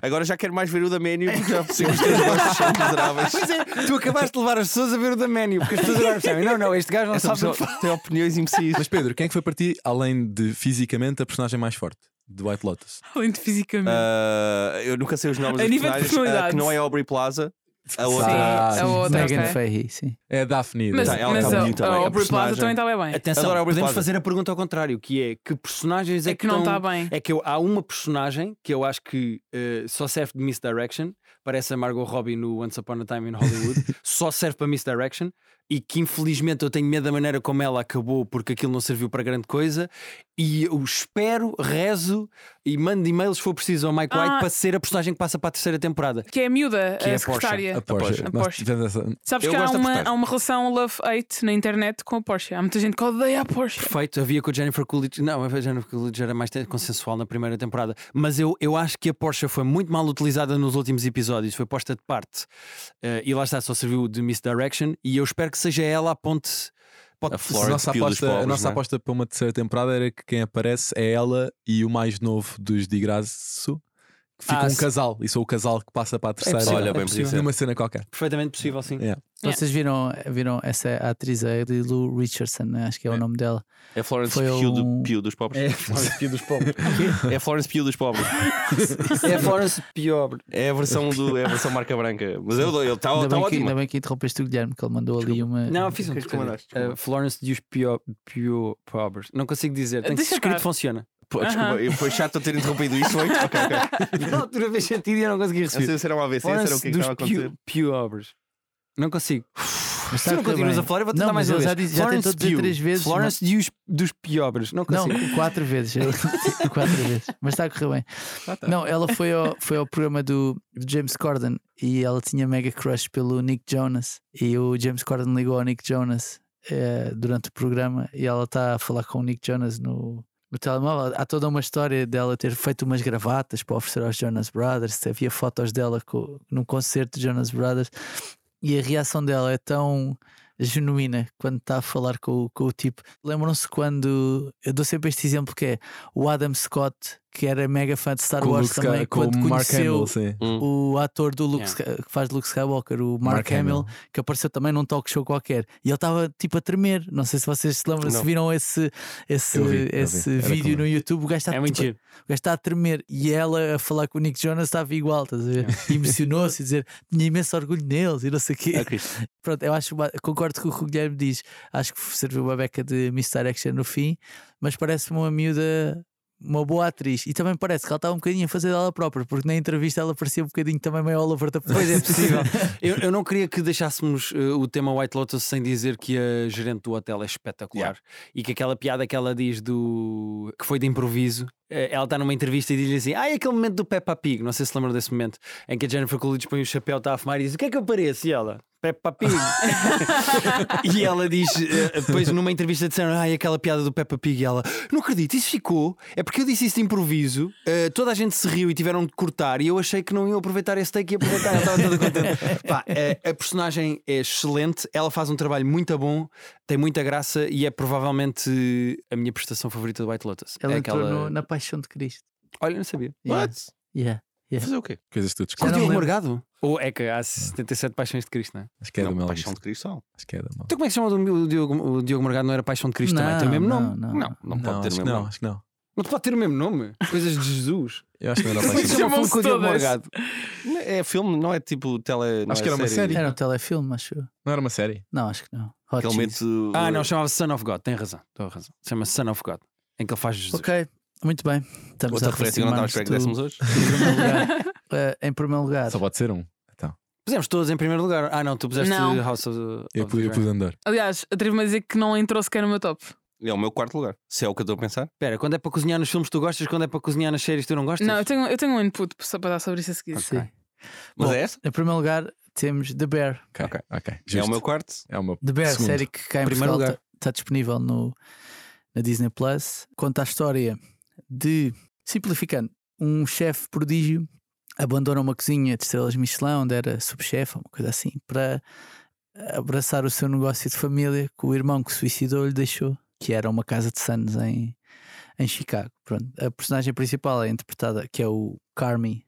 Agora já quero mais ver o da Menu porque já percebi que os teus gostos são miseráveis. Pois é, tu acabaste de levar as pessoas a ver o Daménio, porque as pessoas agora percebem. Não, não, este gajo não Essa sabe do que pessoa tem opiniões imprecisas. Mas Pedro, quem é que foi para ti, além de fisicamente, a personagem mais forte? De White Lotus. Além de fisicamente. Ah, eu nunca sei os nomes A dos nível de personagens, personalidade. ah, que não é Aubrey Plaza. A outra. Ah, sim, a É outra. Megan ok. Fahey, sim. É a Daphne. Mas, da- ela mas tá a, bonita, a bem, a Aubrey Plaza personagem. também está bem bem. Atenção, Adoro a Aubrey podemos Plaza. fazer a pergunta ao contrário, que é que personagens é, É que não estão- está bem. É que eu- há uma personagem que eu acho que eh, só serve de misdirection, parece a Margot Robbie no Once Upon a Time in Hollywood, só serve para misdirection e que infelizmente eu tenho medo da maneira como ela acabou porque aquilo não serviu para grande coisa e eu espero, rezo e mando e-mails se for preciso ao Mike White Ah. para ser a personagem que passa para a terceira temporada. Que é a miúda, Que é a a Porsche. secretária. A Porsche. A Nós Porsche. tivemos essa- Sabes Eu que há gosto da uma, Porsche. há uma relação love-hate na internet com a Porsche. Há muita gente que odeia a Porsche. Perfeito, havia com a Jennifer Coolidge. Não, a Jennifer Coolidge era mais te- consensual na primeira temporada. Mas eu, eu acho que a Porsche foi muito mal utilizada nos últimos episódios, foi posta de parte. Eh, e lá está, só serviu de misdirection. E eu espero que seja ela a ponte. ponte- A Se a Florence nossa, Pugh dos aposta, pobres, a nossa não é? aposta para uma terceira temporada era que quem aparece é ela e o mais novo dos Di Grasso, que fica Ah, um sim. casal, e sou o casal que passa para a terceira. possível, Olha, é bem possível. podia ser. numa cena qualquer. Perfeitamente possível, sim. Yeah. Yeah. Vocês viram, viram essa atriz, a Lou Richardson, né? acho que é o nome dela. É Florence Foi Pugh, do- um- Pugh dos pobres. É a Florence Pio É Florence dos pobres. Pugh dos pobres. é a Florence Pio. É a versão, do, é a versão marca branca. Mas eu dou, ele está Ainda, tá bem que, ótimo. ainda bem que interrompeste o Guilherme, que ele mandou ali uma. Não, fiz um que é que tu mandaste? trocadilho. Eh, Florence dos Pio, Pio pobres. Não consigo dizer, tem que Deixa ser escrito, estar. funciona. Pô, desculpa, Aham. eu- foi chato eu ter interrompido isso. Foi? Ok, ok. Na altura vez sentido e eu não consegui Não receber. sei se era um AVC, se era o que é que dos estava a acontecer. Piobres. Não consigo. Mas Se está a não correr continuas bem. a falar, eu vou Não, tentar mas mais uma ele já vez. disse- já Florence tentou dizer Pugh. três vezes, Florence dos, dos Piobres. Não Não, consigo. quatro vezes. Ele disse quatro vezes. Mas está a correr bem. Ah, tá. Não, ela foi ao, foi ao programa do James Corden e ela tinha mega crush pelo Nick Jonas. E o James Corden ligou ao Nick Jonas eh, durante o programa e ela está a falar com o Nick Jonas no. No telemóvel, há toda uma história dela ter feito umas gravatas para oferecer aos Jonas Brothers. Havia fotos dela co- num concerto de Jonas Brothers e a reação dela é tão genuína quando está a falar com, o- com o tipo. Lembram-se quando. Eu dou sempre este exemplo que é o Adam Scott, que era mega fã de Star o Wars Luke Sky- também, com quando o Mark conheceu Hamill, sim. Hum. o ator do Luke, Yeah. Sky- que faz de Luke Skywalker, o Mark, Hamill, que apareceu também num talk show qualquer. E ele estava tipo a tremer. Não sei se vocês se lembram, se Não. viram esse, esse, Eu vi, eu vi. esse Era vídeo como- no YouTube. O gajo está É muito tipo, giro. o gajo está a tremer e ela a falar com o Nick Jonas estava igual, estás a ver? E Emocionou-se e dizer tinha imenso orgulho neles e não sei o quê. Pronto, eu acho, uma- concordo com o que o Guilherme diz. Acho que serviu uma beca de misdirection no fim, mas parece-me uma miúda, uma boa atriz. E também parece que ela estava um bocadinho a fazer dela própria, porque na entrevista ela parecia um bocadinho também meio all over the place. Pois é, possível. eu, eu não queria que deixássemos eh, o tema White Lotus sem dizer que a gerente do hotel é espetacular e que aquela piada que ela diz do que foi de improviso. eh, Ela está numa entrevista e diz assim: Ah, é aquele momento do Peppa Pig. Não sei se lembram desse momento em que a Jennifer Coolidge põe o chapéu, está a fumar e diz: O que é que eu pareço? E ela: Peppa Pig. e ela diz: eh, Depois numa entrevista disseram: Ah, é aquela piada do Peppa Pig. E ela: Não acredito, isso ficou. É porque eu disse isso de improviso. eh, toda a gente se riu e tiveram de cortar. E eu achei que não iam aproveitar esse take e aproveitar. Ela estava toda contente. Pá, eh, a personagem é excelente. Ela faz um trabalho muito bom, tem muita graça e é provavelmente a minha prestação favorita do White Lotus. Ela é entrou aquela. no- na paixão de Cristo. Olha, não sabia. Yeah. What? Yeah. Fazer o quê? Coisas que tu descobres. não Curtiu o lembro. Morgado? Ou é que há 77 paixões de Cristo, não é? Acho que é do Não, Mel. Paixão de Cristal. Acho que é do Mel. Então como é que se chama o Diogo, o Diogo Morgado? Não era paixão de Cristo também? Tem o mesmo nome? Não, Não, não Não, pode ter acho o que mesmo não, nome. acho que não. Não pode ter o mesmo nome? Coisas de Jesus. Eu acho que não era Como é que se Paixão. chama o filme com o Diogo Chamam-se Morgado? É filme, não é tipo tele. não Acho é que era uma série. Era um telefilme, acho eu. Não era uma série. Não, acho que não. Hot Aquele Cheese. momento. Ah, não, chamava-se Son of God. Tem razão, estou a razão. Chama-se Son of God. em que ele faz Jesus. Ok, muito bem. Estamos Outra a referência que eu não estava à espera que um- dessemos aproximar-nos do- hoje. em primeiro lugar, eh, em primeiro lugar, Só pode ser um. Pusemos todos em primeiro lugar. Ah, não, tu puseste Não. House of, Eu of the pus, eu pus Dragon. andar. Aliás, atrevo-me a dizer que não entrou sequer no meu top. É o meu quarto lugar. Se é o que eu estou a pensar. Espera, quando é para cozinhar nos filmes tu gostas, quando é para cozinhar nas séries tu não gostas? Não, eu tenho, eu tenho um input só para dar sobre isso a seguir. sim. Mas Bom, é esta? Em primeiro lugar, temos The Bear. Ok, Ok. ok. É o justo. meu quarto. É o meu The Bear, Segundo. série que cá em Primeiro Portugal lugar. está disponível no, na Disney Plus. Conta a história de, simplificando, um chefe prodígio abandona uma cozinha de estrelas Michelin, onde era subchefe, uma coisa assim, para abraçar o seu negócio de família que o irmão que se suicidou lhe deixou, que era uma casa de sanos em, em Chicago. Pronto. A personagem principal é interpretada, que é o Carmi,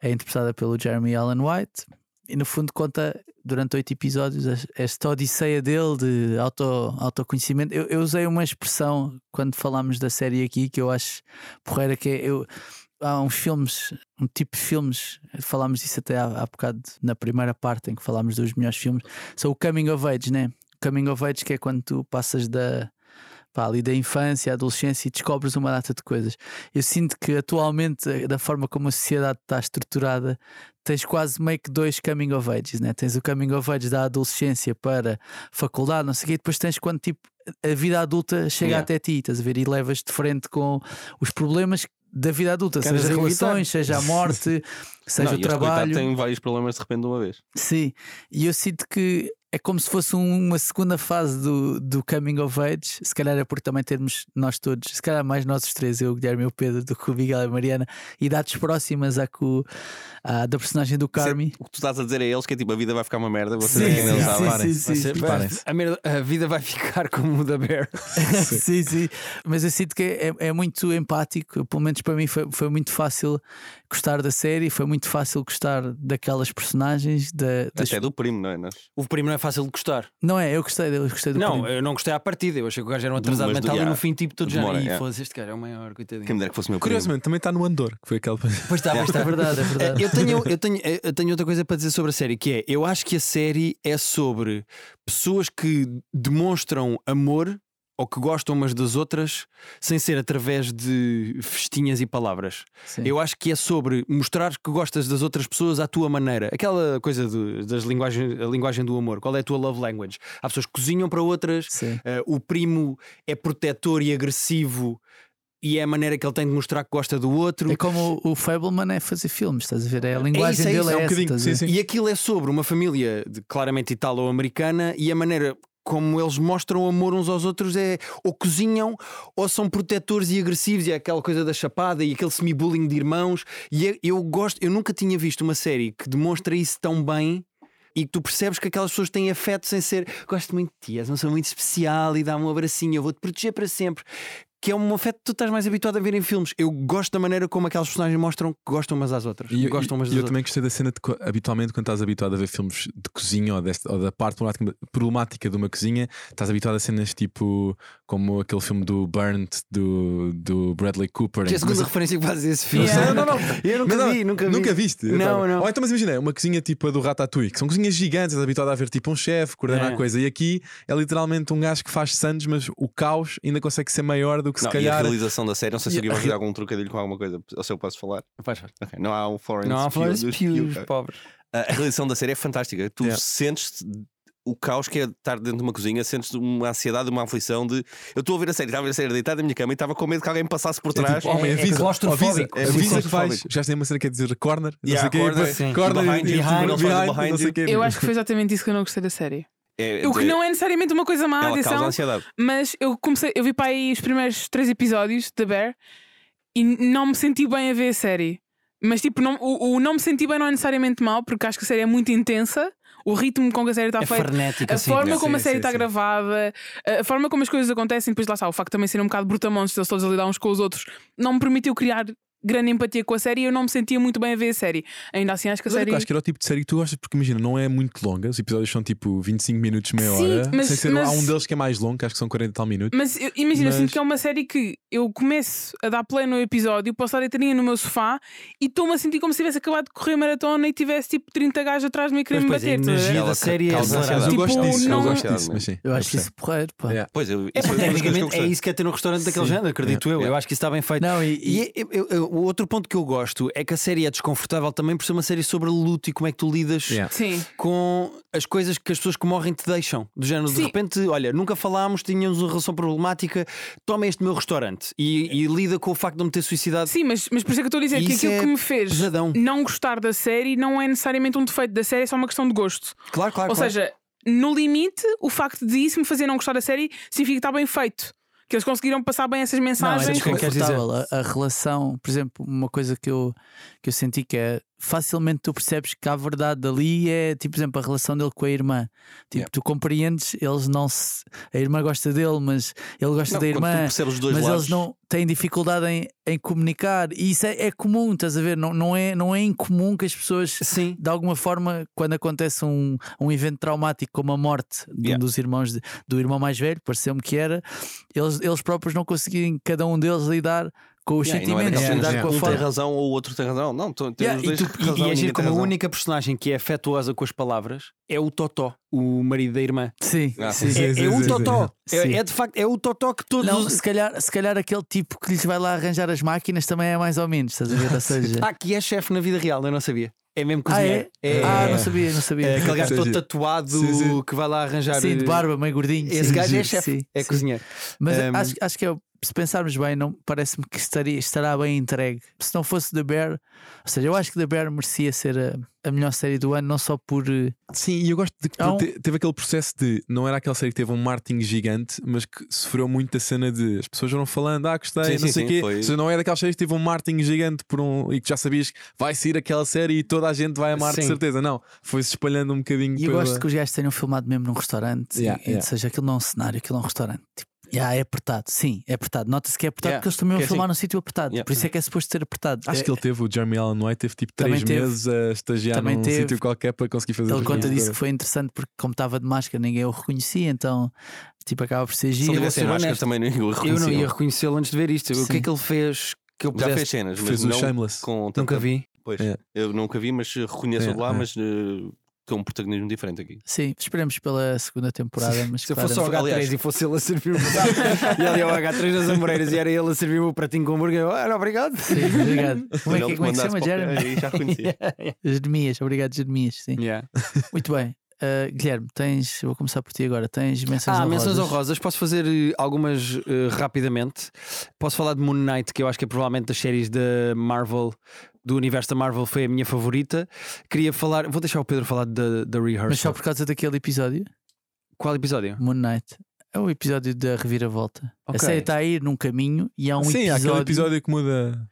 é interpretada pelo Jeremy Allen White. E no fundo conta durante oito episódios as- esta odisseia dele de auto, autoconhecimento. Eu, eu usei uma expressão quando falámos da série aqui que eu acho porreira que é eu. Há uns filmes, um tipo de filmes, falámos disso até há, há bocado na primeira parte em que falámos dos melhores filmes, são o Coming of Age, né? Coming of Age que é quando tu passas da, pá, ali da infância à adolescência e descobres uma data de coisas. Eu sinto que atualmente, eh, da forma como a sociedade está estruturada, tens quase meio que dois coming of ages, né? Tens o coming of age da adolescência para faculdade, não sei o quê, e depois tens quando tipo a vida adulta chega Yeah. até ti, estás a ver? E levas de frente com os problemas da vida adulta, Queres seja evitar. relações, seja a morte, seja Não, o e este coitado trabalho. tem vários problemas de repente de uma vez. Sim, e eu sinto que é como se fosse um- uma segunda fase do, do Coming of Age. Se calhar é porque também temos nós todos, se calhar mais nós os três, eu, o Guilherme e o Pedro, do que o Miguel e a Mariana, idades próximas à, que o- à da personagem do Carmi. O que tu estás a dizer a eles que é tipo a vida vai ficar uma merda, vocês Sim, é que não sim, sim, sabem. sim, Vai sim. ser- Preparem-se. a, merda- a vida vai ficar como o da Bear. sim, sim. Mas eu sinto que é, é muito empático. Pelo menos para mim foi, foi muito fácil gostar da série, foi muito fácil gostar daquelas personagens. Da, das- Até do primo, não é? Nós. O primo não é fácil de gostar. Não é? Eu gostei, eu gostei do não, primo. eu não gostei à partida. Eu achei que o gajo era um Do- atrasado mas do- mental e yeah. no fim, tipo, todos já. Demora, Ih, yeah. foda-se, este gajo é o maior, coitadinho. Quem me dera que fosse o meu primo. Curiosamente, também está no Andor, que foi aquele. Pois está, pois tá. está. É verdade, é verdade. Eu tenho, eu, tenho, eh, eu tenho outra coisa para dizer sobre a série, que é: eu acho que a série é sobre pessoas que demonstram amor ou que gostam umas das outras sem ser através de festinhas e palavras. Sim. Eu acho que é sobre mostrar que gostas das outras pessoas à tua maneira. Aquela coisa de- das linguagens, a linguagem do amor. Qual é a tua love language? Há pessoas que cozinham para outras, Sim. eh, o primo é protetor e agressivo. E é a maneira que ele tem de mostrar que gosta do outro. É como o o Fableman é fazer filmes, estás a ver? É a linguagem é isso, dele é um é, essa, bocadinho, estás a sim, ver? sim. E aquilo é sobre uma família de- claramente italo-americana e a maneira como eles mostram amor uns aos outros é ou cozinham ou são protetores e agressivos e é aquela coisa da chapada e aquele semi-bullying de irmãos. E é- eu gosto, eu nunca tinha visto uma série que demonstra isso tão bem. E que tu percebes que aquelas pessoas têm afeto sem ser gosto muito de ti, és uma pessoa muito especial e dá-me um abracinho, eu vou-te proteger para sempre. Que é um afeto que tu estás mais habituado a ver em filmes. Eu gosto da maneira como aquelas personagens mostram que gostam umas às outras. E eu, gostam e umas das eu outras. também gostei da cena de co- habitualmente quando estás habituado a ver filmes de cozinha ou, desta- ou da parte problemática- problemática de uma cozinha, estás habituado a cenas tipo como aquele filme do Burnt do, do Bradley Cooper. em Que é que- a segunda mas- referência que fazes esse filme. Yeah. Não, não, não. Eu nunca Não, não, vi, nunca vi. Nunca viste? Não, Tá bem. não. Ou então, mas imagina, uma cozinha tipo a do Ratatouille, que são cozinhas gigantes, estás habituado a ver tipo um chefe coordenar É. a coisa. E aqui é literalmente um gajo que faz sandes, mas o caos ainda consegue ser maior do que se Não, e a calhar. realização da série, não sei se E- alguém vai fazer algum trocadilho com alguma coisa, ou se eu posso falar. Faz, faz. Ok, Não há um Florence é Não há Pugh Florence dos Pugh, Pugh. pobre. A a realização da série é fantástica. Tu Yeah. sentes o caos que é estar dentro de uma cozinha, sentes uma ansiedade, uma aflição de eu estou a ver a série, estava a ver a série deitado na minha cama e estava com medo que alguém me passasse por É trás. tipo, homem, é avisa, oh, claustrofóbico. avisa, avisa É que vais. Já tem uma cena que é dizer corner, não Yeah, sei o quê, corner, depois sim. corner, Behind e- you, e- behind, behind, behind you. não sei o quê. Eu acho que foi exatamente isso que eu não gostei da série. É, O que é- não é necessariamente uma coisa má, ela causa atenção, ansiedade. mas eu comecei, eu vi para aí os primeiros três episódios da Bear e não me senti bem a ver a série. Mas tipo, não- o, o não me senti bem não é necessariamente mal, porque acho que a série é muito intensa, o ritmo com que a série está É feita. frenético A assim. forma sim, como a série sim, está sim. gravada, a a forma como as coisas acontecem, depois lá está, o facto de também ser um bocado brutamontes, eles todos a lidar uns com os outros, não me permitiu criar grande empatia com a série e eu não me sentia muito bem a ver a série. Ainda assim, acho que a Mas olha que série. eu acho que era o tipo de série que tu gostas, porque imagina, não é muito longa. Os episódios são tipo 25 minutos, meia Sim, hora. mas- sem ser, mas- Há um deles que é mais longo, que acho que são 40 e tal minutos. Mas eu- imagina, eu Mas- sinto que é uma série que eu começo a dar play no episódio, posso estar deitadinha no meu sofá e estou-me a sentir como se tivesse acabado de correr maratona e tivesse tipo 30 gajos atrás de mim querendo me pois, a bater. estás a ver? energia Ela da ca- série é causa acelerada. Mas eu tipo, gosto disso, eu não- gosto disso. Mas sim, Eu acho percebo. isso porreiro, pá. Yeah. Pois, eu, É isso porque foi uma das coisas que eu tecnicamente é gostei. é, isso que é ter um restaurante daquele Sim. género, acredito eu. Eu acho que isso está bem feito. Não, e, e- E eu- eu- eu- o outro ponto que eu gosto é que a série é desconfortável também por ser uma série sobre luto e como é que tu lidas Yeah. Sim. com as coisas que as pessoas que morrem te deixam. Do género, de Sim. repente, olha, nunca falámos, tínhamos uma relação problemática, toma este meu restaurante e, e lida com o facto de me ter suicidado. Sim, mas, mas por isso é que eu estou a dizer E que isso aquilo é que me fez pesadão. não gostar da série não é necessariamente um defeito da série, é só uma questão de gosto. Claro, claro. Ou claro. seja, no limite, o facto de isso me fazer não gostar da série significa que está bem feito. Que eles conseguiram passar bem essas Não, é mensagens. Sabes o que é que queres dizer? desconfortável. A, a relação, por exemplo, uma coisa que eu, que eu senti que é facilmente tu percebes que há verdade ali é, tipo, por exemplo, a relação dele com a irmã. Tipo, Yeah. tu compreendes, eles não se. A irmã gosta dele, mas ele gosta Não, da quando tu irmã. percebes os dois Mas lados, eles não têm dificuldade em, em comunicar. E isso é, é comum, estás a ver? Não, não, é, não é incomum que as pessoas Sim. de alguma forma, quando acontece um, um evento traumático como a morte de um Yeah. dos irmãos, de- do irmão mais velho, pareceu-me que era, eles, eles próprios não conseguirem, cada um deles, lidar com os Yeah, e não é sentimentos, daquelas cenas lidar de com a um tem forma. razão ou o outro tem razão. Não, tem Yeah, os E, dois tu, razão, e- e agir ninguém como tem a razão. única personagem que é afetuosa com as palavras é o Totó, o marido da irmã. Sim, Ah, sim. É, sim, é o sim, Totó. sim. É, Sim. é de facto, é o Totó que todos Não, os- se calhar, se calhar aquele tipo que lhes vai lá arranjar as máquinas também é mais ou menos, estás a ver? Ou seja, Ah, que é chefe na vida real, eu não sabia. É mesmo ah, cozinheiro. é? Ah, não sabia, não sabia. É aquele gajo Ou todo seja, tatuado sim, sim. que vai lá arranjar. Sim, de eh, barba, meio gordinho. Esse sim, gajo é sim, chefe, é sim. cozinheiro. Mas Um, acho, acho que é, se pensarmos bem, não parece-me que estaria, estará bem entregue. Se não fosse The Bear, ou seja, eu acho que The Bear merecia ser a, a melhor série do ano, não só por. eh, Sim, e eu gosto de que Há um- te- teve aquele processo de não era aquela série que teve um marketing gigante, mas que sofreu muito a cena de as pessoas foram falando, ah, gostei, Sim, não sim, sei o sim, quê. foi- Ou seja, não é daquelas séries que teve um marketing gigante por um e que já sabias que vai sair aquela série e toda a gente vai amar de Sim. certeza. Não, foi-se espalhando um bocadinho E eu pela- gosto que os gajos tenham filmado mesmo num restaurante. Yeah, e- e, Ou yeah. seja, aquilo não é um cenário, aquilo é um restaurante. Tipo, yeah, é apertado, sim, é apertado. Nota-se que é apertado Yeah, porque eles também vão que é filmar num sítio apertado. Yeah. Por isso é que é suposto ser apertado. assim. Acho É- que ele teve, o Jeremy Allen White, teve tipo Também 3 teve. meses a estagiar Também num teve. sítio qualquer para conseguir fazer ele as conta coisas. disso que foi interessante porque, como estava de máscara, ninguém o reconhecia, então tipo acaba por ser Se não giro. tivessem ser máscaras honesto. também não Eu não ia ia reconhecê-lo antes de ver isto. O que é Sim. que ele fez que eu Já pudesse... fez cenas, mas Fez o não Shameless. com tanta- Nunca vi. Pois, É. eu nunca vi, mas eh, reconheço É, de lá, é. mas eh, com um protagonismo diferente aqui. Sim, esperemos pela segunda temporada. Mas Se eu fosse ao claramente- H3 Aliás- e fosse ele a servir-me E ali ao H3 nas Amoreiras e era ele a servir-me o pratinho com hambúrguer. eu, Ah, não, obrigado. Sim, obrigado. Como é que, Ele como é que se mandasse chama, para- Jeremy? Aí Já conhecia. Jeremias, obrigado, Jeremias. Sim. Yeah. Muito bem. Uh, Guilherme, tens. Vou começar por ti agora. Tens menções Ah, honrosas? menções honrosas. Posso fazer eh, algumas eh, rapidamente. Posso falar de Moon Knight, que eu acho que é provavelmente das séries da Marvel, do universo da Marvel, foi a minha favorita. Queria falar. Vou deixar o Pedro falar da da Mas só Rehearsal. por causa daquele episódio, Qual episódio? Moon Knight. É o episódio da reviravolta. Ok. A série está a ir num caminho e há um Sim, há aquele episódio, episódio que muda.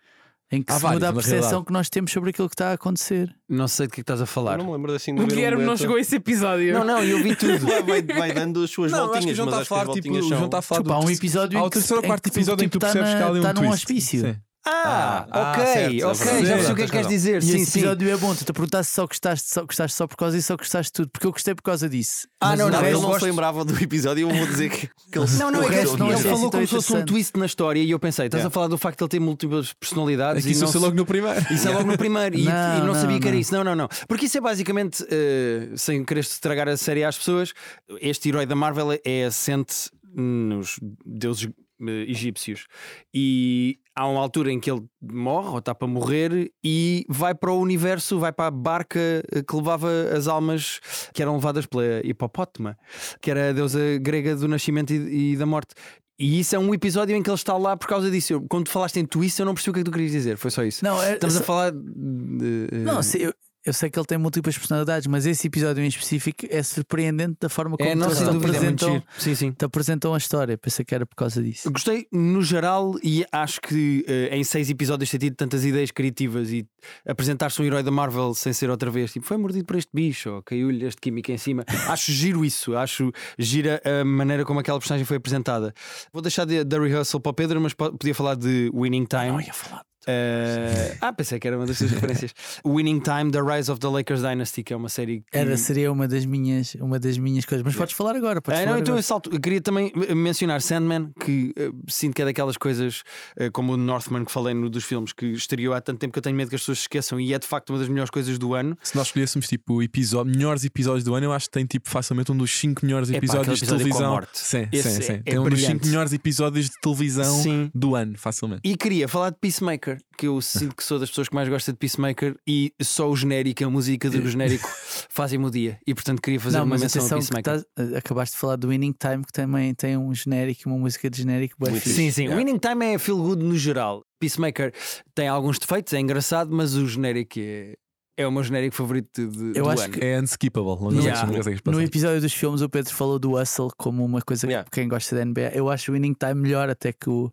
em que Há se vários, muda a na percepção realidade. que nós temos sobre aquilo que está a acontecer. Não sei de que é que estás a Eu falar. não me lembro assim de O ver um Guilherme não beta. chegou a esse episódio. Não, não, eu vi tudo. Vai, vai dando as suas voltinhas, tá mas acho que as voltinhas são... a falar Tipo, há um episódio Há em o que, se- terceiro ou em quarto que, tipo, episódio em que tu tipo, tá percebes na- que há ali um tá num twist. hospício. Sim. Ah, Ah, ok, ah, certo, é ok, verdade. já percebi Sim, o que é tens que queres razão. dizer. E sim, esse sim. episódio é bom. Tu te perguntaste se só gostaste, só gostaste só por causa disso, só gostaste de tudo. Porque eu gostei por causa disso. Ah, Mas não, o não, Não, resto- ele eu não se gosto- lembrava do episódio, eu vou dizer que... que ele Não, não, o é que resto ele, não é ele assim falou tão como se fosse um interessante. twist na história e eu pensei, estás Yeah. a falar do facto de ele ter múltiplas personalidades É que e isso não eu sei se- logo no primeiro. Isso é logo no primeiro e, e Não, não, não, sabia que era não. isso. Não, não, não. Porque isso é basicamente, eh, sem querer estragar a série às pessoas, este herói da Marvel é assente nos deuses eh, egípcios. E há uma altura em que ele morre ou está para morrer e vai para o universo, vai para a barca eh, que levava as almas que eram levadas pela hipopótama, que era a deusa grega do nascimento e, e da morte. E isso é um episódio em que ele está lá por causa disso. Eu- quando tu falaste em twist, eu não percebi o que é que tu querias dizer. Foi só isso. Não, é, Estamos só- a falar de. eh, Não, se- eu, eu sei que ele tem múltiplas personalidades, mas esse episódio em específico é surpreendente da forma como é, não eles sem te dúvida, é muito apresentam, giro. Sim, sim. te apresentam a história. Pensei que era por causa disso. Gostei no geral e acho que eh, em seis episódios ter tido tantas ideias criativas e apresentar-se um herói da Marvel sem ser outra vez tipo foi mordido por este bicho ou caiu-lhe este químico em cima. acho giro isso, acho gira a maneira como aquela personagem foi apresentada. Vou deixar de- da rehearsal para o Pedro, mas po- podia falar de Winning Time. ia falar. Eh, ah, pensei que era uma das suas referências. Winning Time, The Rise of the Lakers Dynasty, que é uma série que. Era, seria uma das minhas, uma das minhas coisas. Mas podes falar agora, podes Ah, falar não, então eu agora. salto. Eu queria também eh, mencionar Sandman, que eh, sinto que é daquelas coisas, eh, como o Northman que falei no dos filmes, que estreou há tanto tempo que eu tenho medo que as pessoas se esqueçam, e é de facto uma das melhores coisas do ano. Se nós escolhêssemos tipo episódio, melhores episódios do ano, eu acho que tem tipo facilmente um dos 5 melhores Epá, episódios de aquele episódio com a televisão. morte. Sim, Esse sim, é- sim. é tem um dos 5 brilhante. melhores episódios de televisão Sim. do ano, facilmente. E queria falar de Peacemaker, que eu sinto que sou das pessoas que mais gosta de Peacemaker e só o genérico, a música do genérico fazem-me o dia. E portanto queria fazer Não, uma mas menção a atenção, que Peacemaker. estás- acabaste de falar do Winning Time, que também tem um genérico, uma música de genérico. bué Muito fixe. Sim, sim. Winning Time é feel good no geral. Peacemaker tem alguns defeitos, é engraçado, mas o genérico é, é o meu genérico favorito de, Eu do acho ano. que- É unskippable, não Yeah. consegues, não consegues No é. passar. episódio dos filmes, o Pedro falou do Hustle como uma coisa Yeah. que quem gosta da NBA. Eu acho o Winning Time melhor até que o.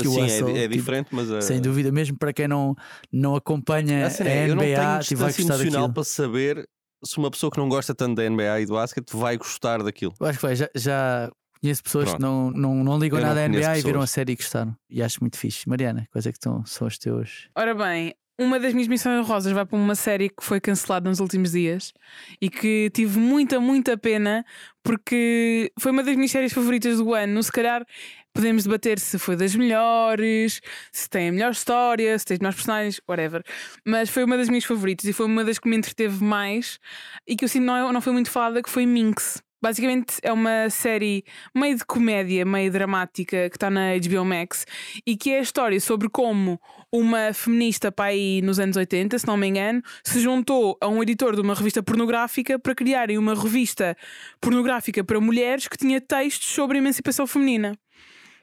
que o Sim, Russell, é, é tipo, diferente, mas a- Sem dúvida, mesmo para quem não, não acompanha a cena a é, NBA, eu não tenho tipo, vai distância gostar emocional daquilo. para saber se uma pessoa que não gosta tanto da NBA e do basquete vai gostar daquilo. Eu acho que vai, já, já conheço pessoas que Pronto. não, não, não ligam Eu não nada à NBA conheço e viram a pessoas. série e gostaram. E acho muito fixe. Mariana, quais é que estão, são os teus? Ora bem, uma das minhas missões rosas vai para uma série que foi cancelada nos últimos dias e que tive muita, muita pena porque foi uma das minhas séries favoritas do ano. Se calhar podemos debater se foi das melhores, se tem a melhor história, se tem os melhores personagens, whatever. Mas foi uma das minhas favoritas e foi uma das que me entreteve mais e que eu sinto não, é- não foi muito falada, que foi Minx. Basicamente é uma série meio de comédia, meio dramática, que está na HBO Max e que é a história sobre como uma feminista para aí nos anos 80, se não me engano, se juntou a um editor de uma revista pornográfica para criarem uma revista pornográfica para mulheres que tinha textos sobre a emancipação feminina.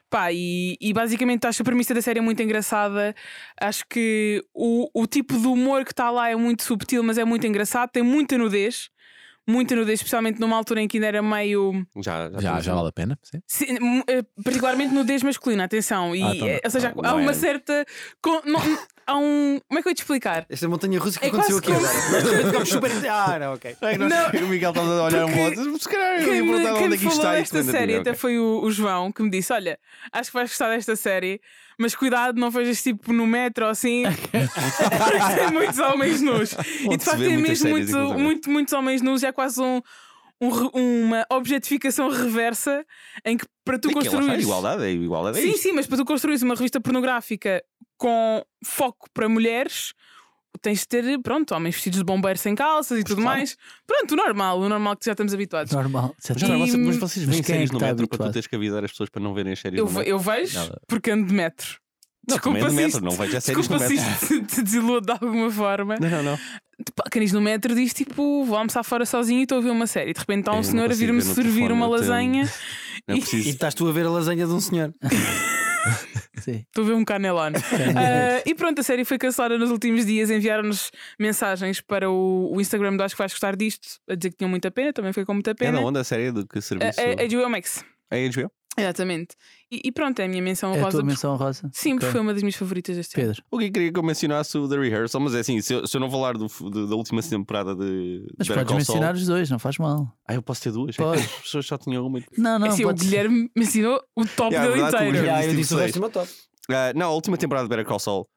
Pá, e, e basicamente acho a premissa da série muito engraçada. Acho que o, o tipo de humor que está lá é muito subtil, mas é muito engraçado. Tem muita nudez, muita nudez, especialmente numa altura em que ainda era meio. Já, Já, já, temos- um já vale a pena? Sim. Sim, mu- eh, particularmente nudez masculina, atenção. E, Ah, então não. eh, ou seja, há- Ah, há não uma é. certa. con- não- há um. Como é que eu ia te explicar? Esta montanha russa que É aconteceu quase aqui como- agora. Nós de repente ficamos super. Ah, não, ok. Nós- Não. O Miguel estava a olhar um Porque para o outro, se calhar eu Quem ia me, perguntar quem onde me é que isto falou está. desta isto ainda série tinha, até ok. foi o, o João que me disse: Olha, acho que vais gostar desta série, mas cuidado, não vejas tipo no metro ou assim. Porque tem muitos homens nus. e Onde de se facto vê tem muitas mesmo séries, muito- inclusive. muito- muitos homens nus, já quase um- um re- uma objetificação reversa em que para tu Sim, que lá está, construir. igualdade, é igualdade. é Sim, isto. sim, mas para tu construires uma revista pornográfica com foco para mulheres, tens de ter, pronto, homens vestidos de bombeiro sem calças e tudo Claro. mais. Pronto, o normal, o normal que já estamos habituados. Normal. Já Mas, tá- agora, E- você- mas vocês mas veem quem é séries que no está metro para tu habituado? teres que avisar as pessoas para não verem as séries Eu, no ve- metro. eu vejo Nada. porque ando de metro. Não, também desculpa é no se metro, isto- não vejo as séries no Desculpa se metro. isto te- te desilude de alguma forma. Não, não, não. Tipo, Quem diz no metro diz tipo, vou almoçar fora sozinho e estou a ver uma série. De repente está Eu um não senhor a consigo vir-me ver no servir telefone, uma eu tenho- lasanha, Não E- é E preciso. estás tu a ver a lasanha de um senhor. Sim. estou a ver um canelone. Ah, e pronto, a série foi cancelada nos últimos dias. Enviaram-nos mensagens para o, o Instagram do Acho que vais gostar disto, a dizer que tinham muita pena, também foi com muita É pena. da onda a série do que A- serviço. a- a HBO Max, É HBO? exatamente. E, e pronto, é a minha menção É a rosa. tua menção rosa? Sim, porque Ok. foi uma das minhas favoritas deste ano. Pedro, O que eu queria que eu mencionasse o The Rehearsal, mas é assim, se eu, se eu não falar do f- do- da última temporada de mas Better podes Call Saul- mencionar os dois, não faz mal. Ah, eu posso ter duas? Podes. É que as pessoas só tinham uma. Não, não, assim, o pode ser. Guilherme me ensinou o top Yeah, é dele verdade que o inteiro. Guilherme- Ah, eu disse disse o seis. resto do meu top. Ah, não, a última temporada de Better Call Saul,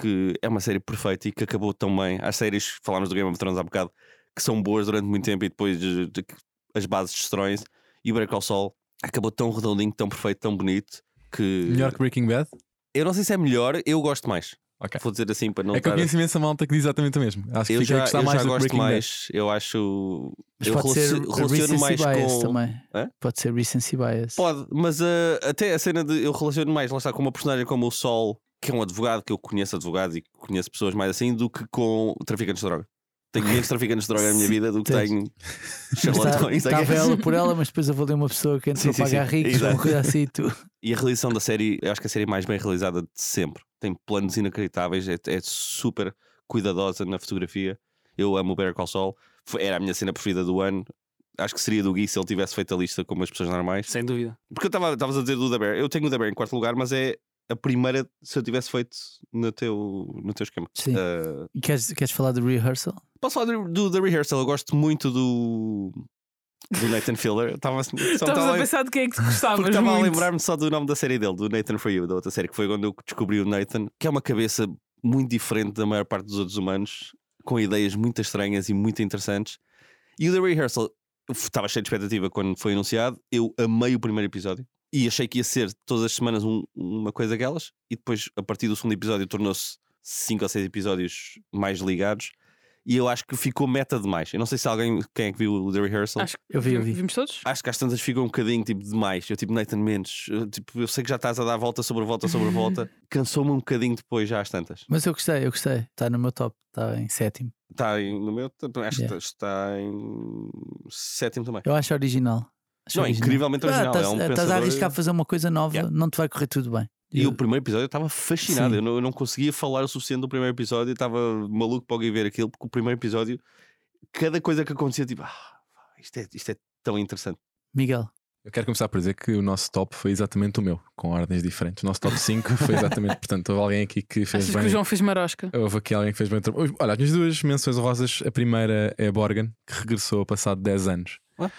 que é uma série perfeita e que acabou tão bem. As séries, falámos do Game of Thrones há bocado, que são boas durante muito tempo e depois eh, de- que as bases destroem-se. E Better Call Saul acabou tão redondinho, tão perfeito, tão bonito, que... Melhor que Breaking Bad? Eu não sei se é melhor, eu gosto mais. Ok. Vou dizer assim para não É que eu estar- conheço imensa malta que diz exatamente o mesmo. Acho que Eu fica a já, gostar eu mais já do que gosto Breaking Bad. mais, eu acho. Mas eu pode ser relacio- relaciono recency mais bias com. também. Hã? Pode ser recency bias. Pode, mas ah, até a cena de. Eu relaciono mais, lá está, com uma personagem como o Sol, que é um advogado, que eu conheço advogados e conheço pessoas mais assim, do que com traficantes de droga. Tenho menos traficantes de droga na minha vida do que Tens. tenho Está, charlatões. I estava guess. ela por ela, mas depois eu vou ler uma pessoa que entrou é Sim, sim, para pagar sim. ricos, uma Exato. coisa assim e tu. E a realização da série, eu acho que é a série mais bem realizada de sempre. Tem planos inacreditáveis, é, é super cuidadosa na fotografia. Eu amo o Better Call Saul. Foi- era a minha cena preferida do ano. Acho que seria do Gui se ele tivesse feito a lista como as pessoas normais. Sem dúvida. Porque eu estava estavas a dizer do The Bear. Eu tenho o The Bear em quarto lugar, mas é a primeira se eu tivesse feito no teu, no teu esquema. Sim. Ah, E Queres, queres falar de rehearsal? posso falar do, do The Rehearsal? Eu gosto muito do. do Nathan Fielder. Eu Estava só me Estavas estava a a- pensar de quem é que tu gostavas. Então, porque estava a muito. lembrar-me só do nome da série dele, do Nathan For You, da outra série, que foi quando eu descobri o Nathan, que é uma cabeça muito diferente da maior parte dos outros humanos, com ideias muito estranhas e muito interessantes. E o The Rehearsal, eu f- estava cheio de expectativa quando foi anunciado, eu amei o primeiro episódio e achei que ia ser todas as semanas um- uma coisa delas, e depois, a partir do segundo episódio, tornou-se cinco ou seis episódios mais ligados. E eu acho que ficou meta demais. Eu não sei se alguém, quem é que viu o The Rehearsal? Acho que Eu vi, eu vi. vimos todos. acho que às tantas ficam um bocadinho tipo demais. Eu, tipo, Nathan Mendes, eu, tipo, eu sei que já estás a dar volta sobre volta sobre volta. Cansou-me um bocadinho depois, já às tantas. Mas eu gostei, eu gostei. Está no meu top, está em sétimo. Está em- no meu, acho que Yeah. está- está em sétimo também. Eu acho original. Acho Não, é original. incrivelmente original. Ah, estás, é um estás a pensador- arriscar a fazer uma coisa nova, Yeah. não te vai correr tudo bem. E o primeiro episódio eu estava fascinado. Sim. Eu não, eu não conseguia falar o suficiente do primeiro episódio. Eu estava maluco para alguém ver aquilo, porque o primeiro episódio, cada coisa que acontecia, tipo, ah, isto é, isto é tão interessante. Miguel, Eu quero começar por dizer que o nosso top foi exatamente o meu, com ordens diferentes. O nosso top 5 foi exatamente, portanto, houve alguém aqui que fez Achas bem. que o João fez marosca? Houve aqui alguém que fez bem. o trabalho. Olha, as minhas duas menções honrosas. A primeira é Borgen, que regressou passado 10 anos Ué?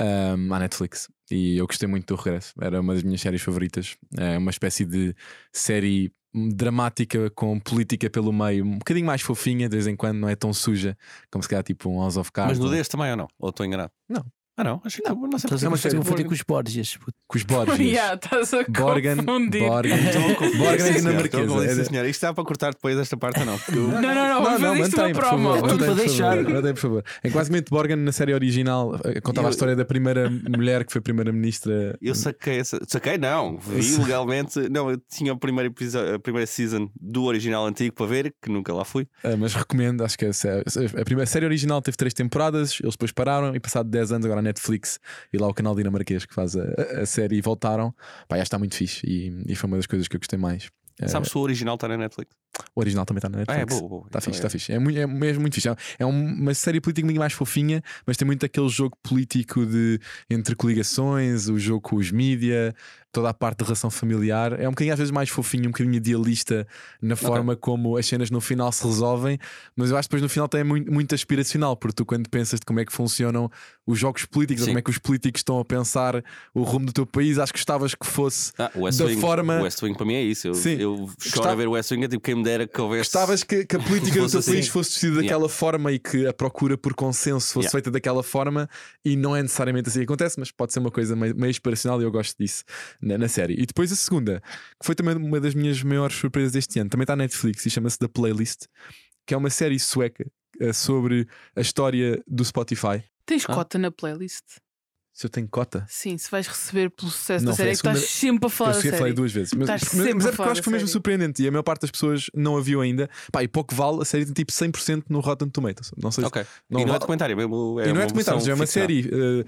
ahm, à Netflix. E eu gostei muito do regresso. Era uma das minhas séries favoritas. É uma espécie de série dramática com política pelo meio, um bocadinho mais fofinha, de vez em quando, não é tão suja como se calhar tipo um House of Ah, Cards. Mas nudez também ou não? Ou estou enganado? Não. Ah, não? Acho que não, não sei estás porque a eu confundir achei que confundir foi- com os Borgias. puto. Com os Borges. Yeah, estás a Borgen, confundir. Borgen, Estou a Borgen confundir, sim, é senhora, dinamarquesa. estou a confundir, É sim, senhora. Isto dá para cortar depois esta parte ou não? Porque eu- Não, não, não, vamos fazer isto na mantém, por promo. favor. tudo mantém, para por deixar. favor, mantém, por favor. É que basicamente Borgen, na série original, eh, contava Eu- a história da primeira mulher que foi primeira-ministra. Eu saquei essa. Saquei, não. Vi legalmente. Não, eu tinha o primeiro episódio, a primeira season do original antigo para ver, que nunca lá fui. Ah, Mas recomendo, acho que é a, sé- a primeira a série original teve três temporadas, eles depois pararam e, passado 10 anos, agora a Netflix e lá o canal dinamarquês que faz a, a- a série voltaram. Pá, já está muito fixe e, e foi uma das coisas que eu gostei mais. Eh, Sabes se o original está na Netflix? O original também está na Ah, é Netflix. boa, boa. Está Tá Então fixe, é. está fixe. É, muito, é mesmo muito fixe. É- É um- uma série política muito mais fofinha, mas tem muito aquele jogo político de entre coligações, o jogo com os mídia, toda a parte de relação familiar. É um bocadinho às vezes mais fofinho, um bocadinho idealista na forma como as cenas no final se resolvem, mas eu acho que depois no final tem muito, muito aspiracional, porque tu quando pensas de como é que funcionam os jogos políticos, ou Sim. como é que os políticos estão a pensar o rumo do teu país, acho que gostavas que fosse. Ah, o West Da Wing. forma- O West Wing para mim é isso. Eu, Sim. eu choro a Gostava- ver o West Wing. É tipo, quem me dera que houvesse. Gostavas que, que a política do Fosse teu assim. país fosse decidida Yeah. daquela forma e que a procura por consenso fosse Yeah. feita daquela forma e não é necessariamente assim que acontece, mas pode ser uma coisa meio, meio inspiracional e eu gosto disso na, na série. E depois a segunda, que foi também uma das minhas maiores surpresas deste ano, também está na Netflix e chama-se The Playlist, que é uma série sueca eh, sobre a história do Spotify. Tens Ah. cota na playlist? Se eu tenho cota. Sim, se vais receber pelo sucesso Não, da série, é que foi a estás sempre a falar eu da sei, série. falei duas vezes. Mas, Estás mas- sempre mas a é porque eu falar acho que foi da mesmo série. surpreendente e a maior parte das pessoas não a viu ainda. Pá, e pouco vale, a série tem tipo 100% no Rotten Tomatoes. Não sei se Ok. Não e não é vale- documentário mesmo. e não é uma documentário, versão é uma ficção. série eh,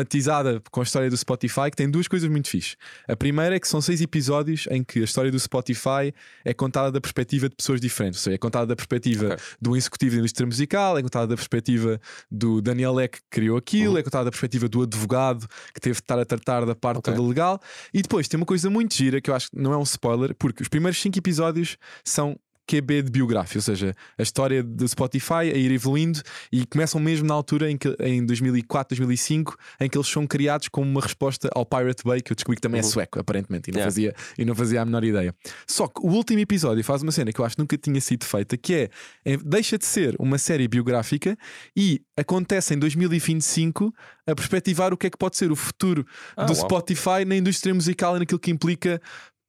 dramatizada com a história do Spotify que tem duas coisas muito fixe. A primeira é que são seis episódios em que a história do Spotify é contada da perspectiva de pessoas diferentes. Ou seja, é contada da perspectiva Ok. do executivo da indústria musical, é contada da perspectiva do Daniel Eck que criou Uhum. aquilo, é contada da perspectiva do advogado que teve de estar a tratar da parte Ok. toda legal. E depois tem uma coisa muito gira que eu acho que não é um spoiler, porque os primeiros cinco episódios são. QB de biográfico, ou seja, a história do Spotify a ir evoluindo e começam mesmo na altura em, que, em 2004, 2005, em que eles são criados como uma resposta ao Pirate Bay, que eu descobri que também é Uhum. sueco, aparentemente, e não, Yeah. fazia, e não fazia a menor ideia. Só que o último episódio faz uma cena que eu acho que nunca tinha sido feita, que é em- deixa de ser uma série biográfica e acontece em 2025 a perspectivar o que é que pode ser o futuro Ah, do uau. Spotify na indústria musical e naquilo que implica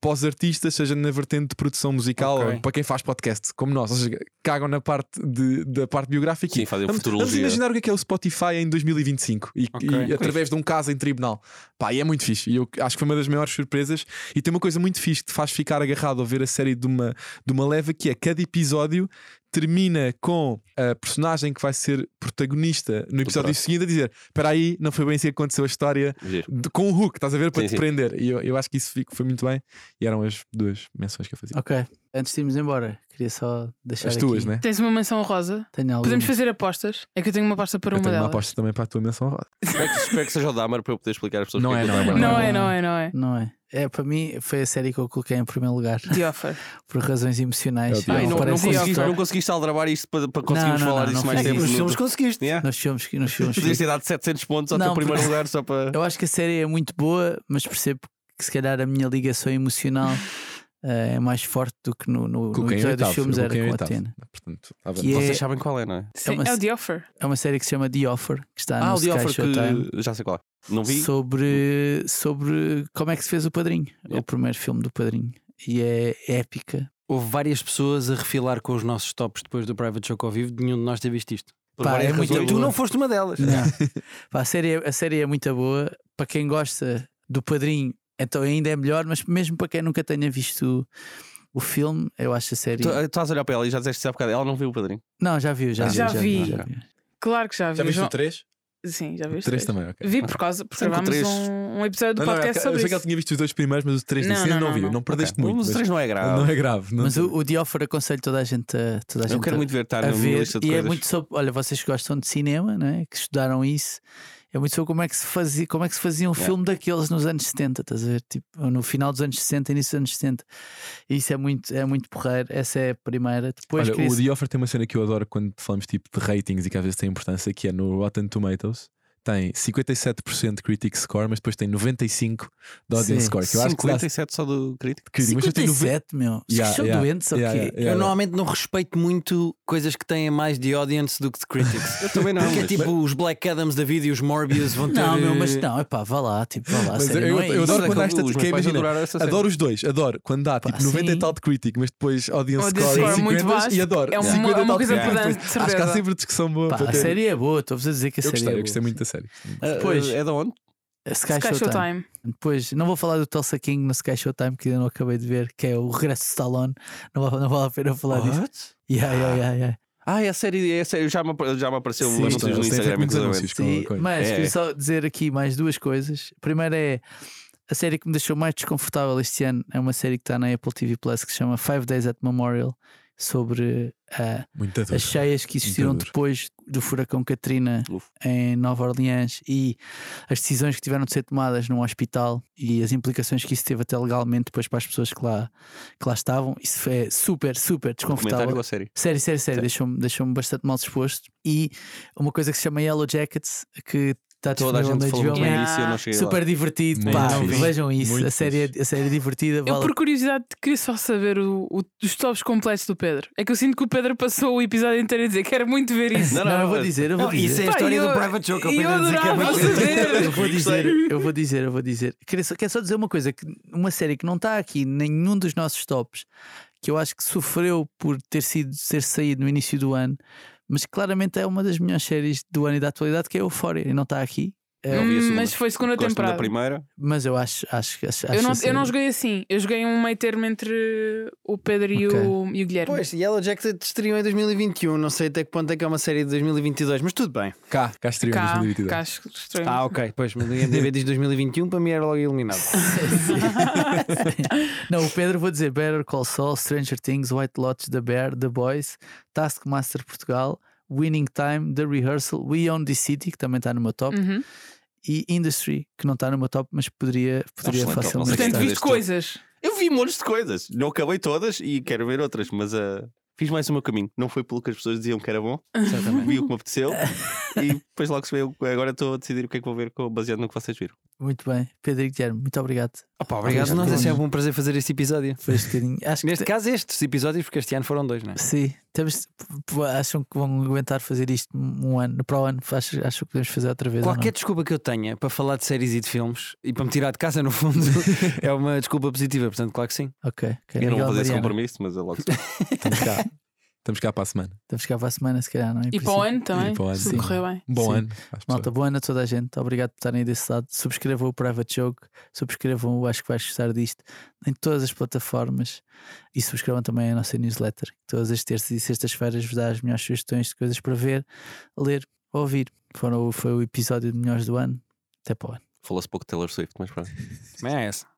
para os artistas, seja na vertente de produção musical Ok. ou para quem faz podcast, como nós, ou seja, cagam na parte de- da parte biográfica. Sim, e fazem vamos, vamos futurologia. imaginar o que é, que é o Spotify em 2025 e, Ok. e através de um caso em tribunal. Pá, e é muito fixe. E eu acho que foi uma das maiores surpresas. E tem uma coisa muito fixe que te faz ficar agarrado ao ver a série de uma, de uma leva que é cada episódio termina com a personagem que vai ser protagonista no episódio prato. seguinte a dizer: Espera aí, não foi bem assim que aconteceu a história Giro. de- com o Hulk, estás a ver? Para Sim, te sim. prender. E eu, eu acho que isso fi- foi muito bem. E eram as duas menções que eu fazia. ok. Antes de irmos embora, queria só deixar. As tuas, aqui. né? Tens uma mansão rosa? Tenho Podemos algumas. fazer apostas? É que eu tenho uma aposta para Eu uma tenho uma delas. aposta também para a tua menção rosa. Espero que, espero que seja o Dahmer para eu poder explicar às pessoas. Não o que é, que não é, eu- não Não é, não é, não é. Não é? É, para mim foi a série que eu coloquei em primeiro lugar, The Offer. por razões É o emocionais. Diogo. Ai, não- não Parece consegui- isto- Não. Não conseguiste aldrabar isto para, para conseguirmos não, falar não, disso não mais consegui. tempo. É, Nos no- filmes conseguiste. é Yeah. Nós filmes que nos filmes. Podias ter dado 700 pontos ao Não, teu porque- primeiro lugar só para. Eu acho que a série é muito boa, mas percebo que se calhar a minha ligação emocional eh, é mais forte do que no, no, no Coloquei em episódio dos oitavo, filmes eu era coloquei em com a oitavo. Atena. Portanto, tá bem. Que é- Vocês sabem qual é, não é? Sim, uma é o se- The Offer. É uma série que se chama The Offer, que está Ah, no o The Sky Offer Showtime. que. Já sei qual é. Não vi? Sobre, sobre como é que se fez o Padrinho, o Yep. primeiro filme do Padrinho. E é épica. Houve várias pessoas a refilar com os nossos tops depois do Private Show ao vivo. Nenhum de nós teve visto isto. Por Pá, várias é muito razões. tu não foste uma delas. Pá, a, série, é- a série é muito boa. Para quem gosta do Padrinho, então ainda é melhor, mas mesmo para quem nunca tenha visto o, o filme, eu acho a série. Tu tu estás Então, a olhar para ela e já disseste há bocado. Ela não viu o padrinho. Não, já viu, já, Ah, viu, já vi. Já vi. Claro que já vi. Já viste João- o 3? Sim, já vi. os 3 três. também, ok. Vi por causa, porque Sempre com gravámos três. um, um episódio do Não, não, podcast eu sobre sei que ele isso. tinha visto os dois primeiros, mas os três Não, disse: não, ainda não não, viu, não. não perdeste Ok. muito. Mas o mas 3 não é Não grave. é grave. Não Mas o, o The Offer aconselho toda a gente a, toda a, Eu gente quero a, muito ver estar a na minha ver. lista de E é coisas. muito sobre. Olha, vocês que gostam de cinema, né? que estudaram isso, é muito sobre como é que se fazia, como é que se fazia um Yeah. filme daqueles nos anos 70, estás a ver? Tipo, no final dos anos 60, início dos anos 70. E isso é muito, é muito porreiro. Essa é a primeira. Depois Olha, queria- o The Offer tem uma cena que eu adoro quando falamos tipo de ratings e que às vezes tem importância, que é no Rotten Tomatoes. Tem 57% Critic Score, mas depois tem 95% de Audience Sim. Score. Que eu acho que dá 57 só do crítico. crítico, mas eu tenho 90 57, meu. Vocês Yeah, são yeah, doentes ou yeah, quê? yeah, Eu yeah. normalmente não respeito muito coisas que têm mais de audience do que de critics. Eu também não. Porque é mas- tipo os Black Adams da vida e os Morbius vão ter. Não, meu, mas eh, não, epá, vá lá, tipo, vá lá. a Mas sério, eu- não é eu isso. adoro Olha, quando há que esta- os que é, meus pais imagina, adoraram essa série. Adoro os dois, adoro. Quando dá tipo Pá, 90 e sim. tal de Critic, mas depois Audience Audience Score score muito 50 baixo. e adoro. É uma- 50 é uma tal coisa de Critic, pedante, mas de Acho que há certeza. sempre discussão boa Pá, para a ter. série é boa, estou-vos a dizer que Eu a série gostei, é eu boa. gostei muito da série. Ah, Depois. É de onde? A Sky, Sky Showtime. Showtime. Depois, não vou falar do Tulsa King no Sky Showtime, que eu não acabei de ver, que é o regresso de Stallone. Não vale, não vale a pena falar disso. What? Yeah, yeah, yeah, yeah. Ah, é a série. É a série. Já me, apare- já me apareceu Sim, anúncios eles têm no feito Instagram, muitos inclusive. anúncios com a Sim, coisa. mas É. queria só dizer aqui mais duas coisas. A primeira é a série que me deixou mais desconfortável este ano. É uma série que está na Apple TV Plus que se chama Five Days at Memorial, sobre ah, Muita dor. as cheias que existiram dor. depois do furacão Katrina Uf. em Nova Orleans e as decisões que tiveram de ser tomadas num hospital e as implicações que isso teve até legalmente depois para as pessoas que lá, que lá estavam. Isso é super, super Comentário desconfortável. ou a série? Sério, sério, sério, deixou-me deixou bastante mal disposto. E uma coisa que se chama Yellow Jackets, que está Toda a disponível gente na falou HBO bem Max. Yeah. disso e eu não cheguei lá. Super divertido, Muito pá, fixe. vejam isso. Muito A série, é- a série é divertida, Eu, vale por curiosidade, queria só saber o- o- os tops completos do Pedro. É que eu sinto que o Pedro passou o episódio inteiro a dizer: Quero muito ver isso. Não, eu vou dizer, eu vou Não, dizer. isso é a Pá, história eu- do Private Show que eu eu apenas dizer que é adorava muito saber. Eu vou dizer, eu vou dizer, eu vou dizer. Queria só, quero só dizer uma coisa: que uma série que não está aqui em nenhum dos nossos tops, que eu acho que sofreu por ter sido ter saído no início do ano, mas claramente é uma das melhores séries do ano e da atualidade, que é Euphoria, e não está aqui. É, Não vi a Hum, segunda. Mas foi segunda Gostam temporada. da primeira. Mas eu acho, acho, que- acho, acho Eu não, a eu série- não joguei assim. Eu joguei um meio termo entre o Pedro e, o, e o Guilherme. Pois, Yellow Jacket estreou em 2021. Não sei até que ponto é que é uma série de 2022, mas tudo bem. Cá, cá estreou em Cá, 2022. cá acho que estranho. Ah, ok. Pois, mas o IMDB diz 2021, para mim era logo eliminado. Não, o Pedro vou dizer Better Call Saul, Stranger Things, White Lotus, The Bear, The Boys, Taskmaster Portugal, Winning Time, The Rehearsal, We Own This City, que também está no meu top, Uhum. e Industry, que não está no meu top, mas poderia, poderia Excelente, facilmente excelente. Portanto, estar. Sim. viste coisas. Eu vi montes de coisas. Não acabei todas e quero ver outras, mas ah, fiz mais o meu caminho. Não foi pelo que as pessoas diziam que era bom. Vi o que me apeteceu e depois logo se vê. o- Agora estou a decidir o que é que vou ver com- baseado no que vocês viram. Muito bem, Pedro e Guilherme, muito obrigado Opa, Obrigado, obrigado. Nós é Bruno. sempre um prazer fazer este episódio. por este bocadinho. Acho Neste que caso, estes episódios, porque este ano foram dois, não é? sim, temos, acham que vão aguentar fazer isto um ano, para o ano, acho, acho que podemos fazer outra vez. ou não? Qualquer desculpa que eu tenha para falar de séries e de filmes e para me tirar de casa, no fundo, é uma desculpa positiva. Portanto, claro que sim. Ok, ok. Eu não vou Miguel fazer esse Mariana, compromisso, mas eu logo se vê. Estamos cá. Estamos cá para a semana. Estamos cá para a semana, se calhar, não é? Em E para princípio. o ano também. E para o ano, Se sim. correu bem. Um Bom Sim. ano. às Malta, boa ano a toda a gente. Obrigado por estarem aí desse lado. Subscrevam o Private Joke, subscrevam o Acho que vais gostar disto em todas as plataformas e subscrevam também a nossa newsletter. que Todas as terças e sextas-feiras vos dá as melhores sugestões de coisas para ver, ler, ouvir. Foram, foi o episódio de melhores do ano. Até para o ano. Falou-se pouco de Taylor Swift, mas pronto. É essa.